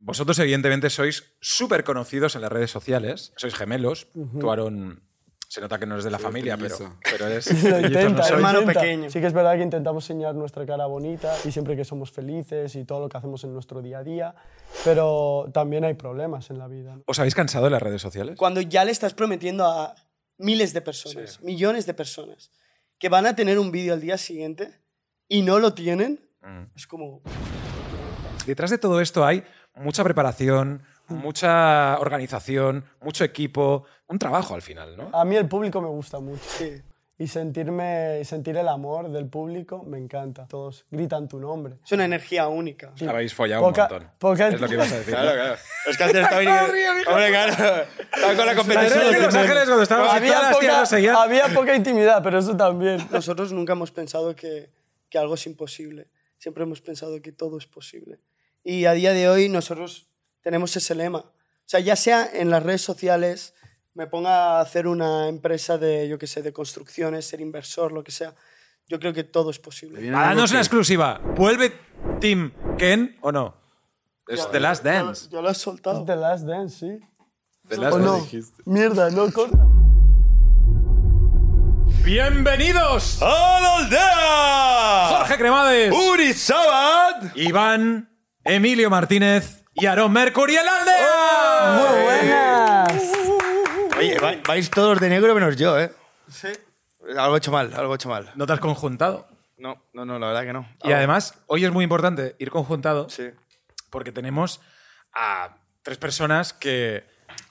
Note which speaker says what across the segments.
Speaker 1: Vosotros, evidentemente, sois súper conocidos en las redes sociales. Sois gemelos. Tú, Aaron, se nota que no eres de la familia, pero,
Speaker 2: pellizo.
Speaker 1: pero eres.
Speaker 3: Lo
Speaker 1: pellizo,
Speaker 3: intenta,
Speaker 1: ¿no?
Speaker 3: lo
Speaker 4: hermano
Speaker 3: intenta.
Speaker 4: pequeño.
Speaker 3: Sí que es verdad que intentamos enseñar nuestra cara bonita y siempre que somos felices y todo lo que hacemos en nuestro día a día, pero también hay problemas en la vida. ¿no?
Speaker 1: ¿Os habéis cansado de las redes sociales?
Speaker 4: Cuando ya le estás prometiendo a miles de personas,
Speaker 1: Sí.
Speaker 4: millones de personas, que van a tener un vídeo al día siguiente y no lo tienen,
Speaker 1: Mm.
Speaker 4: es como...
Speaker 1: Detrás de todo esto hay mucha preparación,
Speaker 3: Mm.
Speaker 1: mucha organización, mucho equipo, un trabajo al final, ¿no?
Speaker 3: A mí el público me gusta mucho
Speaker 4: sí.
Speaker 3: y sentirme y sentir el amor del público me encanta. Todos gritan tu nombre.
Speaker 4: Es una energía única.
Speaker 1: Habéis follado
Speaker 3: Poca-
Speaker 1: un montón.
Speaker 3: poca-
Speaker 1: Es lo que ibas a decir.
Speaker 2: Claro, claro. Es que antes estaba viniendo. Hombre, claro. Estaba con la competencia.
Speaker 1: Pero es que en Los Ángeles cuando estábamos aquí, todas
Speaker 3: Había
Speaker 1: las tías
Speaker 3: poca,
Speaker 1: nos seguían.
Speaker 3: había poca intimidad, pero eso también.
Speaker 4: Nosotros nunca hemos pensado que, que algo es imposible. Siempre hemos pensado que todo es posible. Y a día de hoy nosotros tenemos ese lema. O sea, ya sea en las redes sociales, me ponga a hacer una empresa de, yo qué sé, de construcciones, ser inversor, lo que sea. Yo creo que todo es posible.
Speaker 1: Ah, danos una exclusiva. ¿Vuelve Team Ken o no? Es The Last Dance.
Speaker 4: Yo lo he soltado.
Speaker 3: The Last Dance, sí.
Speaker 2: The
Speaker 3: ¿O
Speaker 2: Last
Speaker 3: no?
Speaker 2: Dance dijiste.
Speaker 3: Mierda, no corta.
Speaker 1: ¡Bienvenidos!
Speaker 2: ¡A la aldea!
Speaker 1: Jorge Cremades,
Speaker 2: ¡Uri Sabat!
Speaker 1: Iván, Emilio Martínez y Aarón Mercury en la aldea.
Speaker 2: ¡Oh!
Speaker 3: Muy buenas.
Speaker 2: Oye, va- vais todos de negro menos yo, ¿eh? Sí. Algo he hecho mal, algo he hecho mal.
Speaker 1: No te has conjuntado.
Speaker 2: No, no, no, la verdad que no.
Speaker 1: Y además, hoy es muy importante ir conjuntado
Speaker 2: Sí.
Speaker 1: porque tenemos a tres personas que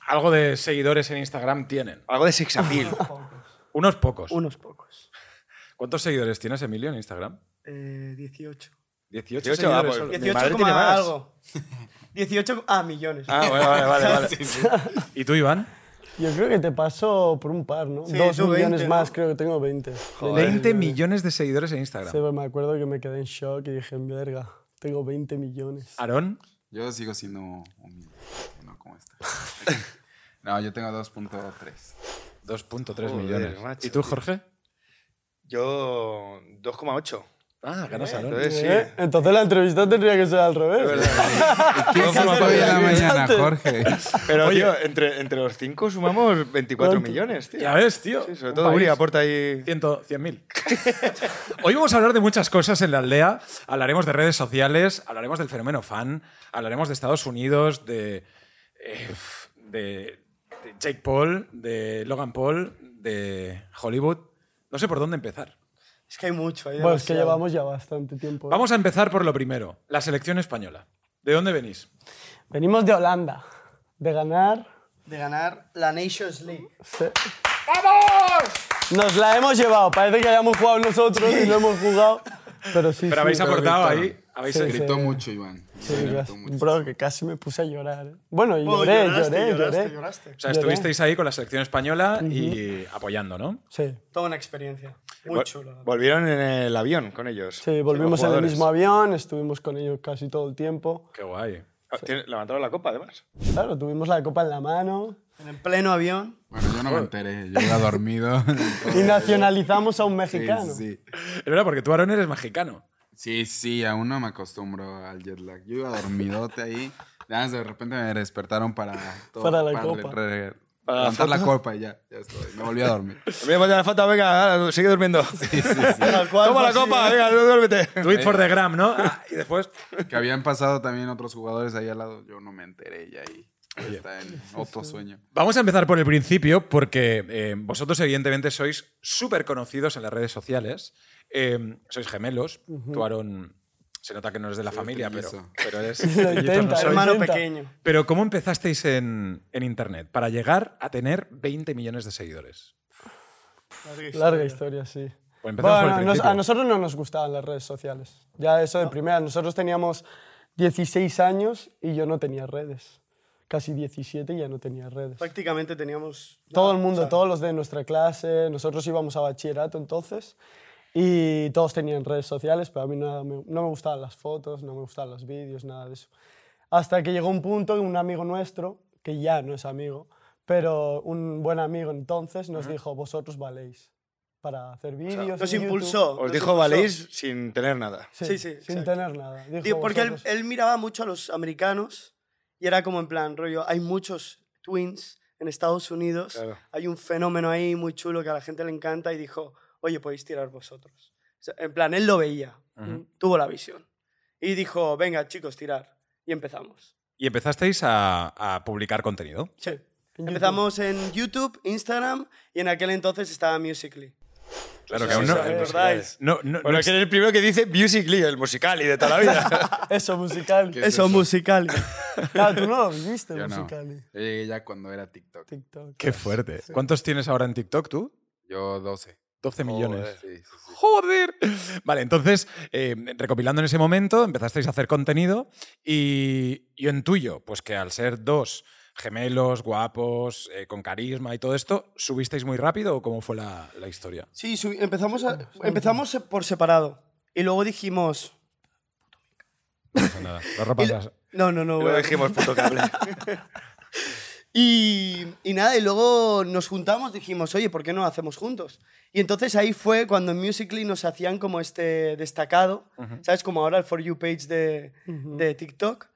Speaker 1: algo de seguidores en Instagram tienen.
Speaker 2: Algo de sex appeal.
Speaker 1: Unos pocos.
Speaker 4: Unos pocos.
Speaker 1: ¿Cuántos seguidores tienes, Emilio, en Instagram?
Speaker 4: Eh, 18.
Speaker 1: 18,
Speaker 2: 18,
Speaker 1: seguidores
Speaker 2: ah, pues,
Speaker 1: solo.
Speaker 2: Mi
Speaker 4: 18,
Speaker 2: madre
Speaker 4: coma
Speaker 2: tiene más.
Speaker 4: algo. 18, ah, millones.
Speaker 2: Ah, bueno, vale, vale, vale.
Speaker 1: ¿Y tú, Iván?
Speaker 3: Yo creo que te paso por un par, ¿no?
Speaker 4: Sí,
Speaker 3: Dos
Speaker 4: tú 20,
Speaker 3: millones más,
Speaker 4: ¿no?
Speaker 3: creo que tengo 20.
Speaker 1: 20 millones de seguidores en Instagram.
Speaker 3: Sí, me acuerdo que me quedé en shock y dije, verga, tengo 20 millones.
Speaker 1: Aarón,
Speaker 5: Yo sigo siendo humilde, no como este. No, yo tengo 2.3.
Speaker 1: 2.3
Speaker 2: Joder,
Speaker 1: millones.
Speaker 2: macho,
Speaker 1: ¿Y tú,
Speaker 2: tío.
Speaker 1: Jorge?
Speaker 2: Yo 2,8.
Speaker 1: Ah, ganas a Aarón.
Speaker 2: Entonces sí.
Speaker 3: ¿Eh? Entonces la entrevista tendría que ser al revés. Pues
Speaker 5: ¿Cómo fue hoy en la mañana, Jorge?
Speaker 2: Pero, tío, entre, entre los cinco sumamos 24
Speaker 3: ¿Cuánto?
Speaker 2: millones, tío.
Speaker 1: Ya ves, tío.
Speaker 2: Sí, sobre
Speaker 1: un
Speaker 2: todo Uri
Speaker 1: país.
Speaker 2: aporta ahí...
Speaker 1: 100.000. Hoy vamos a hablar de muchas cosas en la aldea. Hablaremos de redes sociales, hablaremos del fenómeno fan, hablaremos de Estados Unidos, de, eh, de, de Jake Paul, de Logan Paul, de Hollywood. No sé por dónde empezar.
Speaker 4: Es que hay mucho. Hay
Speaker 3: Bueno, es que
Speaker 4: demasiado.
Speaker 3: llevamos ya bastante tiempo. ¿eh?
Speaker 1: Vamos a empezar por lo primero, la selección española. ¿De dónde venís?
Speaker 3: Venimos de Holanda, de ganar.
Speaker 4: De ganar la Nations League.
Speaker 3: ¡Vamos! Nos la hemos llevado. Parece que hayamos jugado nosotros y no hemos jugado. Pero sí,
Speaker 1: Pero habéis
Speaker 3: sí.
Speaker 1: aportado
Speaker 5: gritaron.
Speaker 1: ahí. Habéis
Speaker 3: Sí,
Speaker 1: gritado.
Speaker 5: Gritó mucho, Iván.
Speaker 3: Sí,
Speaker 5: Gritó
Speaker 3: gracias.
Speaker 5: mucho.
Speaker 3: Bro, que casi me puse a llorar. ¿eh? Bueno, y
Speaker 4: Oh,
Speaker 3: lloré,
Speaker 4: lloraste,
Speaker 3: lloré,
Speaker 4: lloraste,
Speaker 3: lloré.
Speaker 4: lloraste.
Speaker 1: O sea,
Speaker 3: Lloré.
Speaker 1: estuvisteis ahí con la selección española y apoyando, ¿no?
Speaker 3: Sí.
Speaker 4: Toda una experiencia. Muy
Speaker 2: Vol-
Speaker 4: chula.
Speaker 2: Volvieron en el avión con ellos.
Speaker 3: Sí, volvimos en el
Speaker 2: jugadores.
Speaker 3: mismo avión, estuvimos con ellos casi todo el tiempo.
Speaker 1: Qué guay.
Speaker 2: Ah, tiene- Levantaron la copa, además.
Speaker 3: Claro, tuvimos la copa en la mano
Speaker 4: En el pleno avión.
Speaker 5: Bueno, yo no me enteré, yo iba dormido.
Speaker 3: y nacionalizamos a un
Speaker 5: Sí,
Speaker 3: mexicano.
Speaker 5: sí.
Speaker 1: Es verdad, porque tú, Aaron, eres mexicano.
Speaker 5: Sí, sí, aún no me acostumbro al jet lag. Yo iba dormidote ahí. Nada más de repente me despertaron para todo-
Speaker 3: Para la copa.
Speaker 5: re- re-
Speaker 2: Para la
Speaker 5: levantar la
Speaker 2: foto.
Speaker 5: copa y ya, ya estoy. Me volví a dormir.
Speaker 2: Me voy a la foto, venga, ahora, sigue durmiendo.
Speaker 5: Sí, sí, sí.
Speaker 2: Toma la copa, venga, no duérmete.
Speaker 1: Do it for the gram, ¿no? Ah, y después...
Speaker 5: Que habían pasado también otros jugadores ahí al lado. Yo no me enteré y ahí está en otro sueño.
Speaker 1: Vamos a empezar por el principio porque eh, vosotros evidentemente sois súper conocidos en las redes sociales. Eh, sois gemelos. Tú, Aaron, se nota que no eres de la familia, pero,
Speaker 5: pellizo.
Speaker 1: pero eres...
Speaker 3: Lo
Speaker 1: yo
Speaker 3: intenta,
Speaker 1: no soy.
Speaker 3: hermano.
Speaker 4: Hermano
Speaker 3: intenta.
Speaker 4: pequeño.
Speaker 1: Pero ¿cómo empezasteis en, en Internet para llegar a tener 20 millones de seguidores?
Speaker 3: Larga historia, sí.
Speaker 1: Pues empezamos por
Speaker 3: Bueno,
Speaker 1: el
Speaker 3: nos-
Speaker 1: principio.
Speaker 3: a nosotros no nos gustaban las redes sociales. Ya eso de primera, nosotros teníamos 16 años y yo no tenía redes. Casi 17 y ya no tenía redes.
Speaker 4: Prácticamente teníamos.
Speaker 3: Todo el mundo, todos los de nuestra clase, nosotros íbamos a bachillerato entonces y todos tenían redes sociales, pero a mí nada me- no me gustaban las fotos, no me gustaban los vídeos, nada de eso. Hasta que llegó un punto que un amigo nuestro, que ya no es amigo, pero un buen amigo entonces nos dijo, vosotros valéis para hacer vídeos.
Speaker 4: Nos
Speaker 3: en YouTube".
Speaker 4: impulsó.
Speaker 2: Os
Speaker 4: nos
Speaker 2: dijo
Speaker 4: impulsó.
Speaker 2: valéis sin tener nada.
Speaker 3: Sí,
Speaker 4: Sí, sí,
Speaker 3: sin
Speaker 4: exacto.
Speaker 3: tener nada. Dijo,
Speaker 4: Tío, porque él,
Speaker 3: "Vosotros".
Speaker 4: él miraba mucho a los americanos Y era como en plan, rollo, hay muchos twins en Estados Unidos,
Speaker 2: Claro.
Speaker 4: hay un fenómeno ahí muy chulo que a la gente le encanta y dijo, oye, podéis tirar vosotros. O sea, en plan, él lo veía,
Speaker 1: Ujú.
Speaker 4: tuvo la visión. Y dijo, venga chicos, tirar. Y empezamos.
Speaker 1: ¿Y empezasteis a, a publicar contenido?
Speaker 4: Sí.
Speaker 3: En
Speaker 4: Empezamos en YouTube, Instagram y en aquel entonces estaba Musical.ly.
Speaker 1: Claro
Speaker 2: Sí,
Speaker 1: que aún
Speaker 2: sí,
Speaker 1: no.
Speaker 4: ¿Os
Speaker 2: sí, sí.
Speaker 4: acordáis?
Speaker 1: no, no-
Speaker 2: Bueno,
Speaker 1: no
Speaker 2: que eres el primero que dice Musical.ly, el musical y de toda la vida.
Speaker 3: YouTube. Eso, musical.
Speaker 5: ¿Qué es
Speaker 4: Eso, Musical.ly.
Speaker 3: Claro, tú no lo viste,
Speaker 5: Yo no.
Speaker 3: musical. y
Speaker 5: Yo llegué ya cuando era TikTok.
Speaker 3: TikTok.
Speaker 1: Qué fuerte. ¿Cuántos tienes ahora en TikTok tú?
Speaker 5: Yo 12.
Speaker 1: 12 millones.
Speaker 5: Sí, sí, sí.
Speaker 1: ¡Joder! Vale, entonces, eh, recopilando en ese momento, empezasteis a hacer contenido y yo intuyo, pues que al ser dos gemelos, guapos, eh, con carisma y todo esto, ¿subisteis muy rápido o cómo fue la, la historia?
Speaker 4: Sí, subi- empezamos, a- empezamos por separado. Y luego dijimos...
Speaker 1: No pasa nada. Las ropas las-
Speaker 4: No, no, no.
Speaker 2: Luego
Speaker 4: güey.
Speaker 2: dijimos puto cable.
Speaker 4: Y, y nada, y luego nos juntamos, dijimos, oye, ¿por qué no lo hacemos juntos? Y entonces ahí fue cuando en Musical.ly nos hacían como este destacado, ¿sabes? Como ahora el For You page de, de TikTok.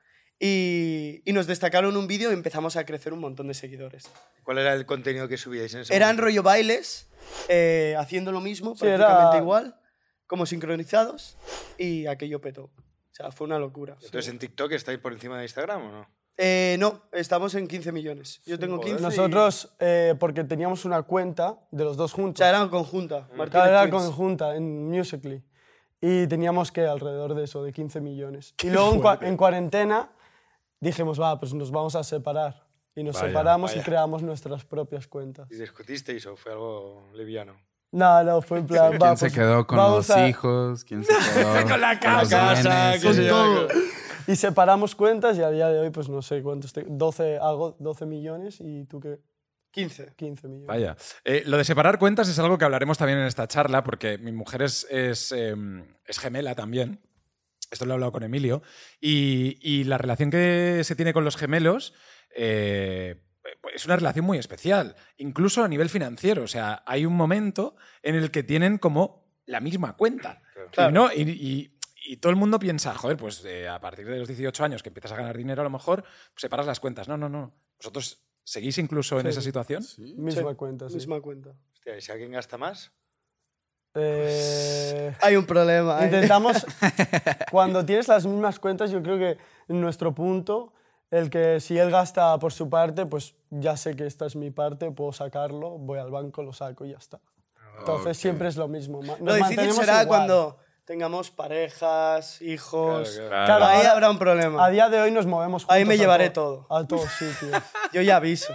Speaker 4: Y, y nos destacaron un vídeo y empezamos a crecer un montón de seguidores.
Speaker 2: ¿Cuál era el contenido que subíais en ese
Speaker 4: Eran
Speaker 2: momento?
Speaker 4: rollo bailes, eh, haciendo lo mismo,
Speaker 3: Sí, era-
Speaker 4: prácticamente igual, como sincronizados, y aquello petó. O sea, fue una locura.
Speaker 2: Entonces, ¿en TikTok estáis por encima de Instagram o no?
Speaker 4: Eh, no, estamos en 15 millones. Yo tengo 15. y-
Speaker 3: Nosotros, eh, porque teníamos una cuenta de los dos
Speaker 4: O
Speaker 3: juntos.
Speaker 4: sea, eran conjunta. Martín
Speaker 3: Claro, Mm.
Speaker 4: y
Speaker 3: era
Speaker 4: Twins.
Speaker 3: conjunta en Musical.ly. Y teníamos que alrededor de eso, de 15 millones. Y luego en, cua- en cuarentena dijimos, va, pues nos vamos a separar. Y nos
Speaker 1: Vaya,
Speaker 3: separamos y
Speaker 2: vaya.
Speaker 3: creamos nuestras propias cuentas.
Speaker 2: ¿Y discutisteis o fue algo liviano?
Speaker 3: No, no, fue en plan,
Speaker 5: ¿Quién
Speaker 3: va,
Speaker 5: se
Speaker 3: pues,
Speaker 5: quedó con
Speaker 3: vamos
Speaker 5: los
Speaker 3: a-
Speaker 5: hijos? ¿Quién se quedó con la
Speaker 2: casa, con todo.
Speaker 3: Y separamos cuentas y a día de hoy, pues no sé cuántos, te- 12, algo, 12 millones y tú que
Speaker 4: 15.
Speaker 3: 15 millones.
Speaker 1: Vaya. Eh, lo de separar cuentas es algo que hablaremos también en esta charla, porque mi mujer es, es, eh, es gemela también. Esto lo he hablado con Emilio. Y, y la relación que se tiene con los gemelos eh, es una relación muy especial, incluso a nivel financiero. O sea, hay un momento en el que tienen como la misma cuenta.
Speaker 4: Claro.
Speaker 1: Y, no- y- y- y todo el mundo piensa, joder, pues eh, a partir de los 18 años que empiezas a ganar dinero, a lo mejor separas las cuentas. No, no, no. ¿Vosotros seguís incluso en
Speaker 3: Sí.
Speaker 1: esa situación?
Speaker 3: Misma cuenta, sí.
Speaker 4: Misma cuenta.
Speaker 2: Hostia, ¿y si alguien gasta más?
Speaker 3: Eh,
Speaker 4: Hay un problema. ¿eh?
Speaker 3: Intentamos, cuando tienes las mismas cuentas, yo creo que en nuestro punto, el que si él gasta por su parte, pues ya sé que esta es mi parte, puedo sacarlo, voy al banco, lo saco y ya está. Entonces
Speaker 5: Ok.
Speaker 3: siempre es lo mismo. ma-
Speaker 4: Lo
Speaker 3: nos
Speaker 4: difícil
Speaker 3: mantenemos
Speaker 4: será
Speaker 3: igual.
Speaker 4: cuando tengamos parejas, hijos.
Speaker 2: Claro,
Speaker 3: Claro,
Speaker 4: Ahí
Speaker 3: ahora-
Speaker 4: habrá un
Speaker 3: A
Speaker 4: problema.
Speaker 3: día de hoy nos movemos juntos.
Speaker 4: Ahí me
Speaker 3: a
Speaker 4: llevaré
Speaker 3: to-
Speaker 4: todo.
Speaker 3: A todos sitios.
Speaker 4: Yo ya aviso.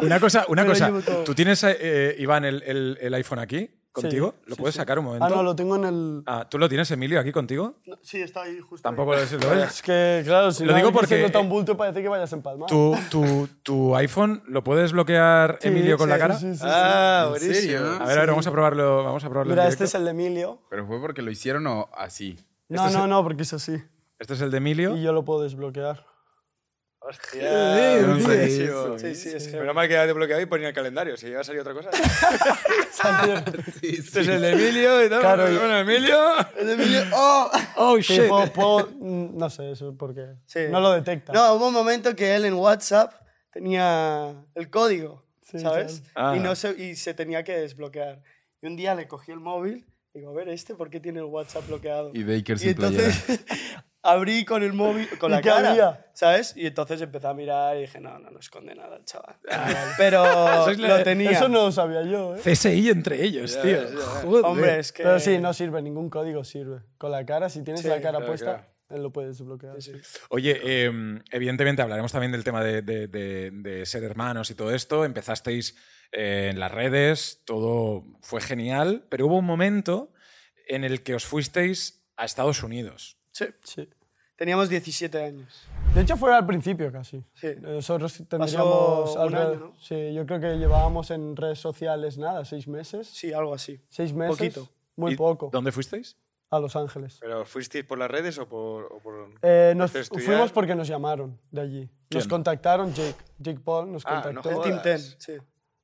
Speaker 1: Una cosa, una
Speaker 4: Me lo
Speaker 1: cosa.
Speaker 4: llevo todo.
Speaker 1: ¿Tú tienes, eh, Iván, el, el- el iPhone aquí contigo? ¿Lo puedes sacar un momento?
Speaker 3: Ah, no, lo tengo en el...
Speaker 1: Ah, ¿Tú lo tienes, Emilio, aquí contigo?
Speaker 4: Sí, está ahí justo.
Speaker 1: Tampoco lo sé. ¿lo ves?
Speaker 3: Es que, claro, si
Speaker 1: Lo
Speaker 3: no
Speaker 1: digo
Speaker 3: hay que
Speaker 1: porque-
Speaker 3: hacerlo tan bulto parece que vayas empalmado.
Speaker 1: ¿Tu, tu, tu iPhone lo puedes bloquear,
Speaker 3: Sí,
Speaker 1: Emilio, con
Speaker 3: sí,
Speaker 1: la cara?
Speaker 3: sí, sí, sí.
Speaker 2: Ah,
Speaker 5: ¿En serio?
Speaker 1: A ver, a ver, vamos a probarlo. Vamos a probarlo en
Speaker 3: Mira, este es
Speaker 1: directo.
Speaker 3: el de Emilio.
Speaker 5: Pero fue porque lo hicieron o así.
Speaker 3: No, no, no, porque es así.
Speaker 1: Este es el de Emilio.
Speaker 3: Y yo lo puedo desbloquear.
Speaker 2: Hostia.
Speaker 5: Ah, No
Speaker 2: buenísimo.
Speaker 5: sé eso.
Speaker 4: Sí, sí, es
Speaker 2: Pero me quedado desbloqueado y ponía el calendario. Si llega a salir otra cosa. este
Speaker 5: Sí, sí.
Speaker 2: es el de Emilio y todo.
Speaker 3: Claro, y-
Speaker 2: Bueno, Emilio.
Speaker 1: ¡Oh,
Speaker 3: Sí, puedo- puedo- mm, no sé, eso es porque
Speaker 4: Sí.
Speaker 3: no lo detecta.
Speaker 4: No, hubo un momento que él en WhatsApp tenía el código,
Speaker 3: Sí,
Speaker 4: ¿sabes?
Speaker 1: claro.
Speaker 4: Y,
Speaker 1: Ah.
Speaker 4: no se, y se tenía que desbloquear. Y un día le cogí el móvil y digo, a ver, ¿este por qué tiene el WhatsApp bloqueado?
Speaker 5: Y Baker
Speaker 4: Y
Speaker 5: sin
Speaker 4: entonces abrí con el móvil, con
Speaker 3: ¿Y
Speaker 4: la
Speaker 3: qué
Speaker 4: cara,
Speaker 3: había?
Speaker 4: ¿sabes? Y entonces empecé a mirar y dije, no, no, no esconde nada el chaval. Pero
Speaker 1: Sois la-
Speaker 4: lo tenía.
Speaker 3: Ah, Eso no lo sabía yo, ¿eh?
Speaker 1: CSI entre ellos, tío. Joder.
Speaker 4: Hombre, es que...
Speaker 3: Pero sí, no sirve, ningún código sirve. Con la cara, si tienes
Speaker 4: Sí,
Speaker 3: la cara
Speaker 2: claro,
Speaker 3: puesta,
Speaker 2: claro.
Speaker 3: él lo puedes desbloquear. sí.
Speaker 1: Oye, eh, evidentemente hablaremos también del tema de, de- de- de ser hermanos y todo esto. Empezasteis eh, en las redes, todo fue genial, pero hubo un momento en el que os fuisteis a Estados Unidos.
Speaker 4: Sí,
Speaker 3: Sí.
Speaker 4: Teníamos 17 años.
Speaker 3: De hecho, fue al principio casi.
Speaker 4: Sí.
Speaker 3: Nosotros tendríamos.
Speaker 4: un año,
Speaker 3: alrededor-
Speaker 4: ¿no?
Speaker 3: Sí, yo creo que llevábamos en redes sociales nada, seis meses.
Speaker 4: Sí, algo así.
Speaker 3: Seis meses.
Speaker 4: Poquito.
Speaker 3: Muy
Speaker 1: ¿Y
Speaker 3: poco.
Speaker 1: ¿Dónde fuisteis?
Speaker 3: A Los Ángeles.
Speaker 2: ¿Pero fuisteis por las redes o por...? o por-
Speaker 3: Eh, nos
Speaker 2: ¿Fuiste a estudiar?
Speaker 3: fuimos porque nos llamaron de allí. Nos
Speaker 1: ¿Quién?
Speaker 3: contactaron Jake. Jake Paul nos
Speaker 2: Ah, no
Speaker 3: contactó.
Speaker 4: El
Speaker 2: jodas.
Speaker 4: Team Ten, sí.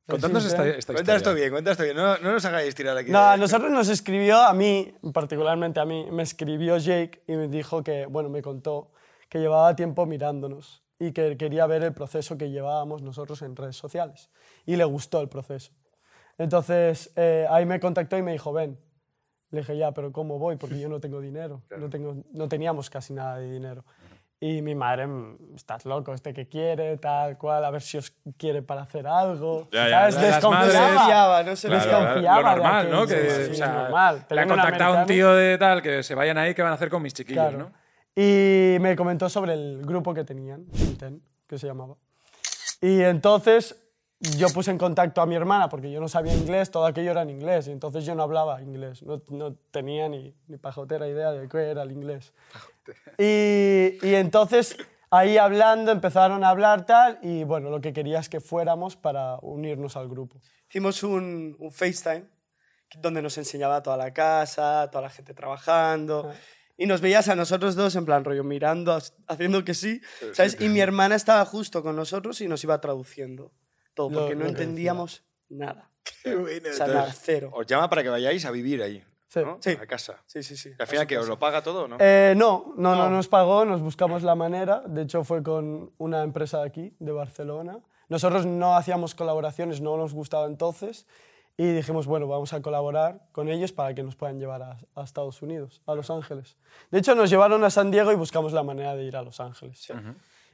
Speaker 3: El
Speaker 1: Contadnos
Speaker 3: Team
Speaker 1: esta,
Speaker 3: Ten.
Speaker 1: esta
Speaker 2: Cuenta esto
Speaker 1: historia.
Speaker 2: bien, cuenta esto bien. No, no nos hagáis tirar aquí.
Speaker 3: No, a
Speaker 2: de-
Speaker 3: nosotros nos escribió, a mí, particularmente a mí, me escribió Jake y me dijo que, bueno, me contó que llevaba tiempo mirándonos. y que quería ver el proceso que llevábamos nosotros en redes sociales. Y le gustó el proceso. Entonces, eh, ahí me contactó y me dijo, ven. Le dije, ya, pero ¿cómo voy? Porque yo no tengo dinero. No, tengo, no teníamos casi nada de dinero. Y mi madre, "Mm, estás loco, este que quiere, tal cual, a ver si os quiere para hacer algo.
Speaker 1: Ya, ya,
Speaker 3: ¿Sabes?
Speaker 1: ya, las madres-
Speaker 4: Desconfiaba, no sé.
Speaker 3: Claro,
Speaker 1: Claro,
Speaker 3: desconfiaba
Speaker 1: lo
Speaker 3: de
Speaker 1: normal,
Speaker 3: aquello,
Speaker 1: ¿no? Que,
Speaker 3: sí,
Speaker 1: o sea,
Speaker 3: normal.
Speaker 1: Le ha
Speaker 3: Tengo un
Speaker 1: contactado un
Speaker 3: americano.
Speaker 1: tío de tal, que se vayan ahí, que van a hacer con mis chiquillos,
Speaker 3: Claro.
Speaker 1: ¿no?
Speaker 3: Y me comentó sobre el grupo que tenían, Ten, que se llamaba. Y entonces yo puse en contacto a mi hermana, porque yo no sabía inglés, todo aquello era en inglés, y entonces yo no hablaba inglés, no, no tenía ni, ni pajotera idea de qué era el inglés. Y, y entonces ahí hablando, empezaron a hablar tal, y bueno, lo que quería es que fuéramos para unirnos al grupo.
Speaker 4: Hicimos un, un FaceTime donde nos enseñaba toda la casa, toda la gente trabajando.
Speaker 3: Ah.
Speaker 4: Y nos veías a nosotros dos en plan rollo mirando, as- haciendo que sí, ¿sabes? Y mi hermana estaba justo con nosotros y nos iba traduciendo todo,
Speaker 3: Lo-
Speaker 4: porque
Speaker 3: lo
Speaker 4: no
Speaker 3: que
Speaker 4: entendíamos nada.
Speaker 5: Qué bueno.
Speaker 4: O sea, nada, cero.
Speaker 2: Os llama para que vayáis a vivir ahí,
Speaker 3: Sí.
Speaker 2: ¿no?
Speaker 4: Sí.
Speaker 2: A casa.
Speaker 4: Sí, sí, sí.
Speaker 2: Y al final, que ¿Os lo paga todo o no?
Speaker 3: Eh, no, no, no
Speaker 4: No.
Speaker 3: nos pagó, nos buscamos la manera. De hecho, fue con una empresa de aquí, de Barcelona. Nosotros no hacíamos colaboraciones, no nos gustaba entonces. Y dijimos, bueno, vamos a colaborar con ellos para que nos puedan llevar a, a Estados Unidos, a Los Ángeles. De hecho, nos llevaron a San Diego y buscamos la manera de ir a Los Ángeles.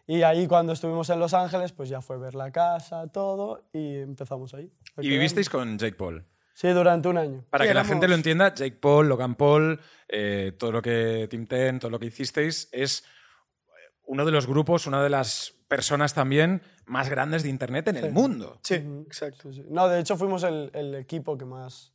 Speaker 3: Y ahí cuando estuvimos en Los Ángeles, pues ya fue ver la casa, todo, y empezamos ahí. a
Speaker 1: Y vivisteis con Jake Paul.
Speaker 3: quedarnos. Sí, durante un año.
Speaker 1: Para
Speaker 4: Sí,
Speaker 1: que la
Speaker 4: éramos-
Speaker 1: gente lo entienda, Jake Paul, Logan Paul, eh, todo lo que Team Ten, todo lo que hicisteis, es eh, uno de los grupos, una de las personas también más grandes de Internet en el mundo.
Speaker 4: Sí, exacto.
Speaker 3: Sí, sí. No, de hecho fuimos el, el equipo que más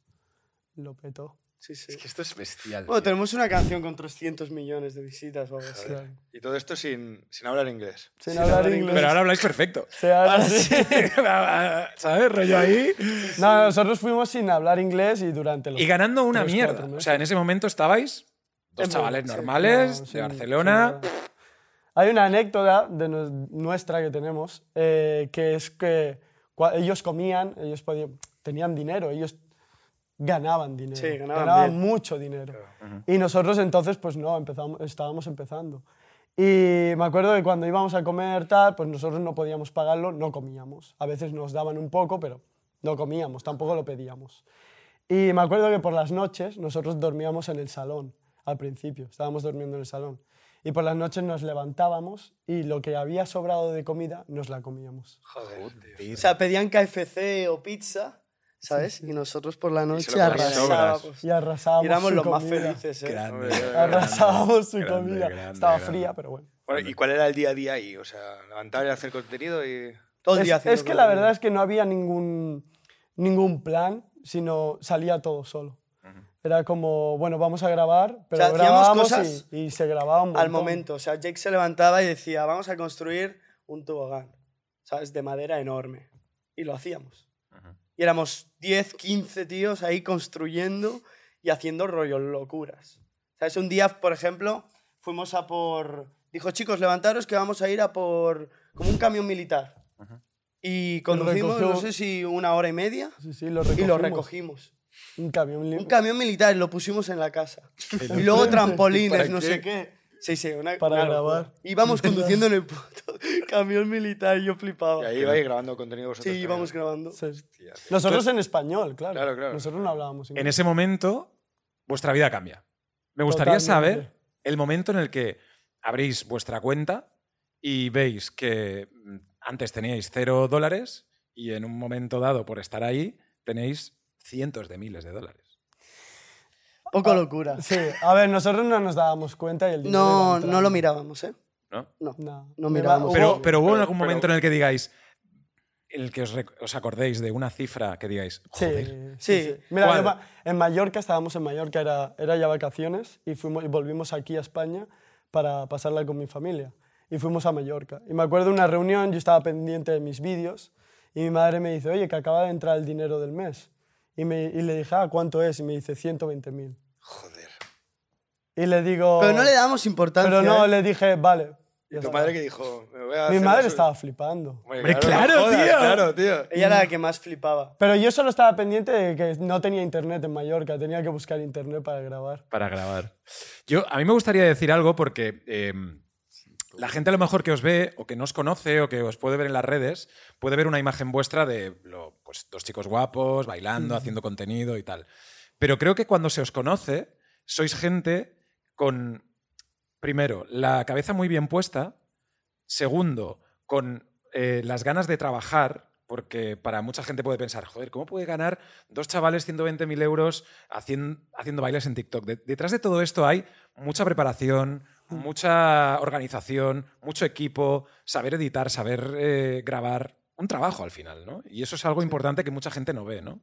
Speaker 3: lo petó.
Speaker 4: Sí, sí.
Speaker 1: Esto es bestial.
Speaker 4: Bueno, tenemos una canción con 300 millones de visitas o algo así.
Speaker 3: Claro.
Speaker 2: Y todo esto sin, sin hablar inglés.
Speaker 3: Sin hablar
Speaker 4: hablar
Speaker 3: inglés.
Speaker 1: Pero ahora Ah, habláis perfecto.
Speaker 3: Sí, ahora
Speaker 4: Ahora
Speaker 3: sí.
Speaker 1: ¿Sabes? Rollo ahí.
Speaker 3: No, nosotros fuimos sin hablar inglés y durante los...
Speaker 1: Y ganando una
Speaker 3: Tres,
Speaker 1: mierda.
Speaker 3: cuatro meses.
Speaker 1: O sea, en ese momento estabais dos
Speaker 4: En
Speaker 1: chavales
Speaker 4: Madrid, sí.
Speaker 1: normales
Speaker 3: No,
Speaker 1: de
Speaker 3: sin-
Speaker 1: Barcelona.
Speaker 3: sin nada. Hay una anécdota de nos- nuestra que tenemos, eh, que es que cua- ellos comían, ellos podían, tenían dinero, ellos ganaban dinero.
Speaker 4: Sí, ganaban bien.
Speaker 3: mucho dinero. Y nosotros entonces, pues no, empezamos, estábamos empezando. Y me acuerdo que cuando íbamos a comer tal, pues nosotros no podíamos pagarlo, no comíamos. A veces nos daban un poco, pero no comíamos, tampoco lo pedíamos. Y me acuerdo que por las noches nosotros dormíamos en el salón, al principio, estábamos durmiendo en el salón. Y por las noches nos levantábamos y lo que había sobrado de comida nos la comíamos.
Speaker 4: O sea, pedían KFC o pizza, ¿sabes? Y nosotros por la noche
Speaker 2: lo comían
Speaker 4: arrasábamos.
Speaker 3: Y arrasábamos
Speaker 4: Y éramos
Speaker 3: su
Speaker 4: los más
Speaker 3: comida.
Speaker 4: felices, ¿eh?
Speaker 1: Grande.
Speaker 3: Arrasábamos su
Speaker 1: Grande,
Speaker 3: comida.
Speaker 1: grande,
Speaker 3: Estaba
Speaker 1: grande.
Speaker 3: fría, pero bueno.
Speaker 2: Bueno, ¿y cuál era el día a día ahí? O sea, levantar y hacer contenido y...
Speaker 4: Todo el
Speaker 3: Es,
Speaker 4: día haciendo
Speaker 3: es que la
Speaker 4: contenido.
Speaker 3: verdad es que no había ningún, ningún plan, sino salía todo solo. Era como, bueno, vamos a grabar, pero
Speaker 4: sea, hacíamos
Speaker 3: grabábamos
Speaker 4: cosas
Speaker 3: y, y se grababa un
Speaker 4: Al
Speaker 3: montón.
Speaker 4: momento, o sea, Jake se levantaba y decía, vamos a construir un tobogán, ¿sabes? De madera enorme. Y lo hacíamos. Y éramos 10, 15 tíos ahí construyendo y haciendo rollo locuras. ¿Sabes? Un día, por ejemplo, fuimos a por... Dijo, chicos, levantaros que vamos a ir a por... Como un camión militar. Y conducimos,
Speaker 3: recogió-
Speaker 4: no sé si una hora y media,
Speaker 3: Sí, sí, lo
Speaker 4: y lo
Speaker 3: recogimos.
Speaker 4: recogimos.
Speaker 3: Un camión. li-
Speaker 4: Un camión militar, lo pusimos en la casa. Y luego trampolines, pues no sé qué. Sí, sí, una,
Speaker 3: Para
Speaker 4: una locura.
Speaker 3: grabar.
Speaker 4: Íbamos conduciendo en el puto camión militar, yo
Speaker 2: Y
Speaker 4: flipaba.
Speaker 2: ahí vais grabando contenido
Speaker 4: Sí,
Speaker 2: vosotros.
Speaker 4: íbamos
Speaker 2: también.
Speaker 4: grabando.
Speaker 1: pues,
Speaker 3: Sí. Nosotros en español, claro.
Speaker 2: Claro, claro.
Speaker 3: Nosotros no hablábamos
Speaker 1: En
Speaker 3: inglés.
Speaker 1: ese momento, vuestra vida cambia. Me gustaría
Speaker 3: Totalmente.
Speaker 1: saber el momento en el que abrís vuestra cuenta y veis que mm, antes teníais cero dólares y en un momento dado, por estar ahí, tenéis cientos de miles de dólares.
Speaker 4: Poco locura.
Speaker 3: Sí, a ver, nosotros no nos dábamos cuenta y el dinero iba
Speaker 4: No,
Speaker 3: entrando.
Speaker 4: no lo mirábamos, ¿eh?
Speaker 1: ¿no?
Speaker 4: No.
Speaker 3: No,
Speaker 4: No
Speaker 3: Me
Speaker 4: mirábamos.
Speaker 3: va-
Speaker 1: Pero,
Speaker 3: hubo-
Speaker 1: pero hubo
Speaker 2: pero-
Speaker 1: algún
Speaker 2: pero-
Speaker 1: momento en el que digáis, en el que os, rec- os acordéis de una cifra que digáis,
Speaker 3: Sí,
Speaker 1: joder,
Speaker 4: Sí.
Speaker 3: Mira,
Speaker 1: ¿Cuál?
Speaker 3: yo ma- en Mallorca estábamos en Mallorca, era, era ya vacaciones y, fuimos, y volvimos aquí a España para pasarla con mi familia. Y fuimos a Mallorca. Y me acuerdo de una reunión, yo estaba pendiente de mis vídeos y mi madre me dice, oye, que acaba de entrar el dinero del mes. Y, me, y le dije, ah, ¿cuánto es? Y me dice, 120.000.
Speaker 2: Joder.
Speaker 3: Y le digo...
Speaker 4: Pero no le damos importancia.
Speaker 3: Pero no,
Speaker 4: ¿eh?
Speaker 3: le dije, vale.
Speaker 2: ¿Y
Speaker 3: ya
Speaker 2: tu
Speaker 3: está".
Speaker 2: madre que dijo? Me voy a
Speaker 3: Mi
Speaker 2: hacer
Speaker 3: madre
Speaker 2: los-
Speaker 3: estaba flipando.
Speaker 1: Hombre, claro,
Speaker 2: no jodas,
Speaker 1: tío.
Speaker 2: Claro, tío.
Speaker 4: Ella era la que más flipaba.
Speaker 3: Pero yo solo estaba pendiente de que no tenía internet en Mallorca, tenía que buscar internet para grabar.
Speaker 1: para grabar. Yo, a mí me gustaría decir algo porque eh,
Speaker 5: Exacto.
Speaker 1: La gente a lo mejor que os ve o que no os conoce o que os puede ver en las redes, puede ver una imagen vuestra de lo- pues, dos chicos guapos, bailando, haciendo contenido y tal. Pero creo que cuando se os conoce, sois gente con, primero, la cabeza muy bien puesta, segundo, con eh, las ganas de trabajar, porque para mucha gente puede pensar, joder, ¿cómo puede ganar dos chavales 120.000 euros hacien- haciendo bailes en TikTok? De- detrás de todo esto hay mucha preparación,
Speaker 4: Mm.
Speaker 1: mucha organización, mucho equipo, saber editar, saber eh, grabar, un trabajo al final, ¿no? Y eso es algo importante que mucha gente no ve, ¿no?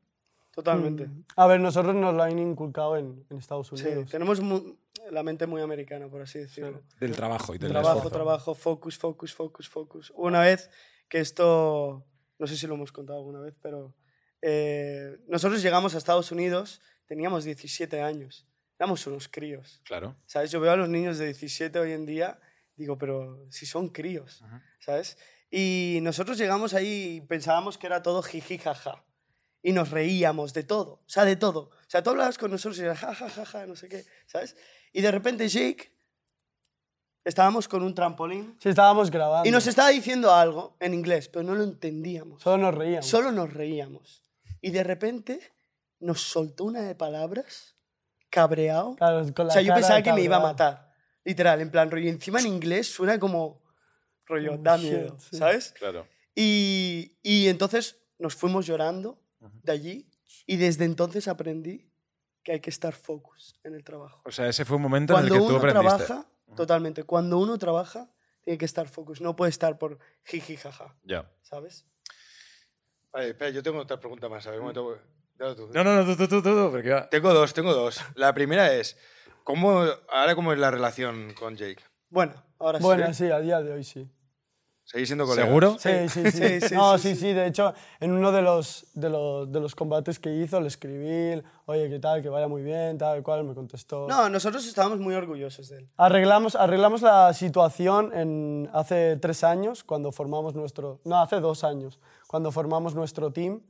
Speaker 4: Totalmente.
Speaker 3: Mm. A ver, nosotros nos lo han inculcado en, en Estados
Speaker 4: Sí,
Speaker 3: Unidos.
Speaker 4: tenemos mu- la mente muy americana, por así decirlo.
Speaker 1: Del trabajo y del
Speaker 4: Trabajo,
Speaker 1: esfuerzo.
Speaker 4: trabajo, focus, focus, focus, focus. Una vez que esto, no sé si lo hemos contado alguna vez, pero eh, nosotros llegamos a Estados Unidos, teníamos 17 años, éramos unos críos.
Speaker 1: Claro.
Speaker 4: ¿Sabes? Yo veo a los niños de 17 hoy en día, digo, pero si son críos, ¿sabes? Y nosotros llegamos ahí y pensábamos que era todo jiji, jaja. Y nos reíamos de todo, o sea, de todo. O sea, tú hablabas con nosotros y era jaja, jaja, no sé qué, ¿sabes? Y de repente Jake, estábamos con un trampolín
Speaker 3: Sí, estábamos grabando.
Speaker 4: y nos estaba diciendo algo en inglés, pero no lo entendíamos.
Speaker 3: Solo nos reíamos.
Speaker 4: Solo nos reíamos. Y de repente nos soltó una de palabras, cabreado.
Speaker 3: Claro, con la
Speaker 4: O sea, yo
Speaker 3: cara
Speaker 4: pensaba que me iba a
Speaker 3: cabreada.
Speaker 4: matar. Literal, en plan rollo. Encima en inglés suena como rollo,
Speaker 3: Oh,
Speaker 4: da
Speaker 3: shit,
Speaker 4: miedo,
Speaker 3: sí.
Speaker 4: ¿sabes?
Speaker 1: Claro.
Speaker 4: Y, y entonces nos fuimos llorando de allí y desde entonces aprendí que hay que estar focus en el trabajo.
Speaker 1: O sea, ese fue un momento en
Speaker 4: Cuando
Speaker 1: el que tú
Speaker 4: uno
Speaker 1: aprendiste.
Speaker 4: trabaja, totalmente, cuando uno trabaja, tiene que estar focus. No puede estar por jiji, jaja,
Speaker 1: Ya.
Speaker 4: ¿sabes?
Speaker 2: Vale, espera, yo tengo otra pregunta más. A ver, un momento. Dale tú.
Speaker 1: No, no, no, tú, tú, tú, tú, porque va.
Speaker 2: Tengo dos, tengo dos. La primera es, ¿cómo, ahora cómo es la relación con Jake?
Speaker 4: Bueno, ahora sí.
Speaker 3: Bueno, sí, a día de hoy sí.
Speaker 2: ¿Seguís siendo colegas?
Speaker 1: ¿Seguro?
Speaker 3: Sí, sí, sí.
Speaker 4: Sí, sí,
Speaker 3: no,
Speaker 4: sí,
Speaker 3: sí, sí, De hecho, en uno de los, de, los, de los combates que hizo, le escribí, oye, ¿qué tal? Que vaya muy bien, tal y cual. Me contestó.
Speaker 4: No, nosotros estábamos muy orgullosos de él.
Speaker 3: Arreglamos, arreglamos la situación en, hace tres años, cuando formamos nuestro... No, hace dos años, cuando formamos nuestro team.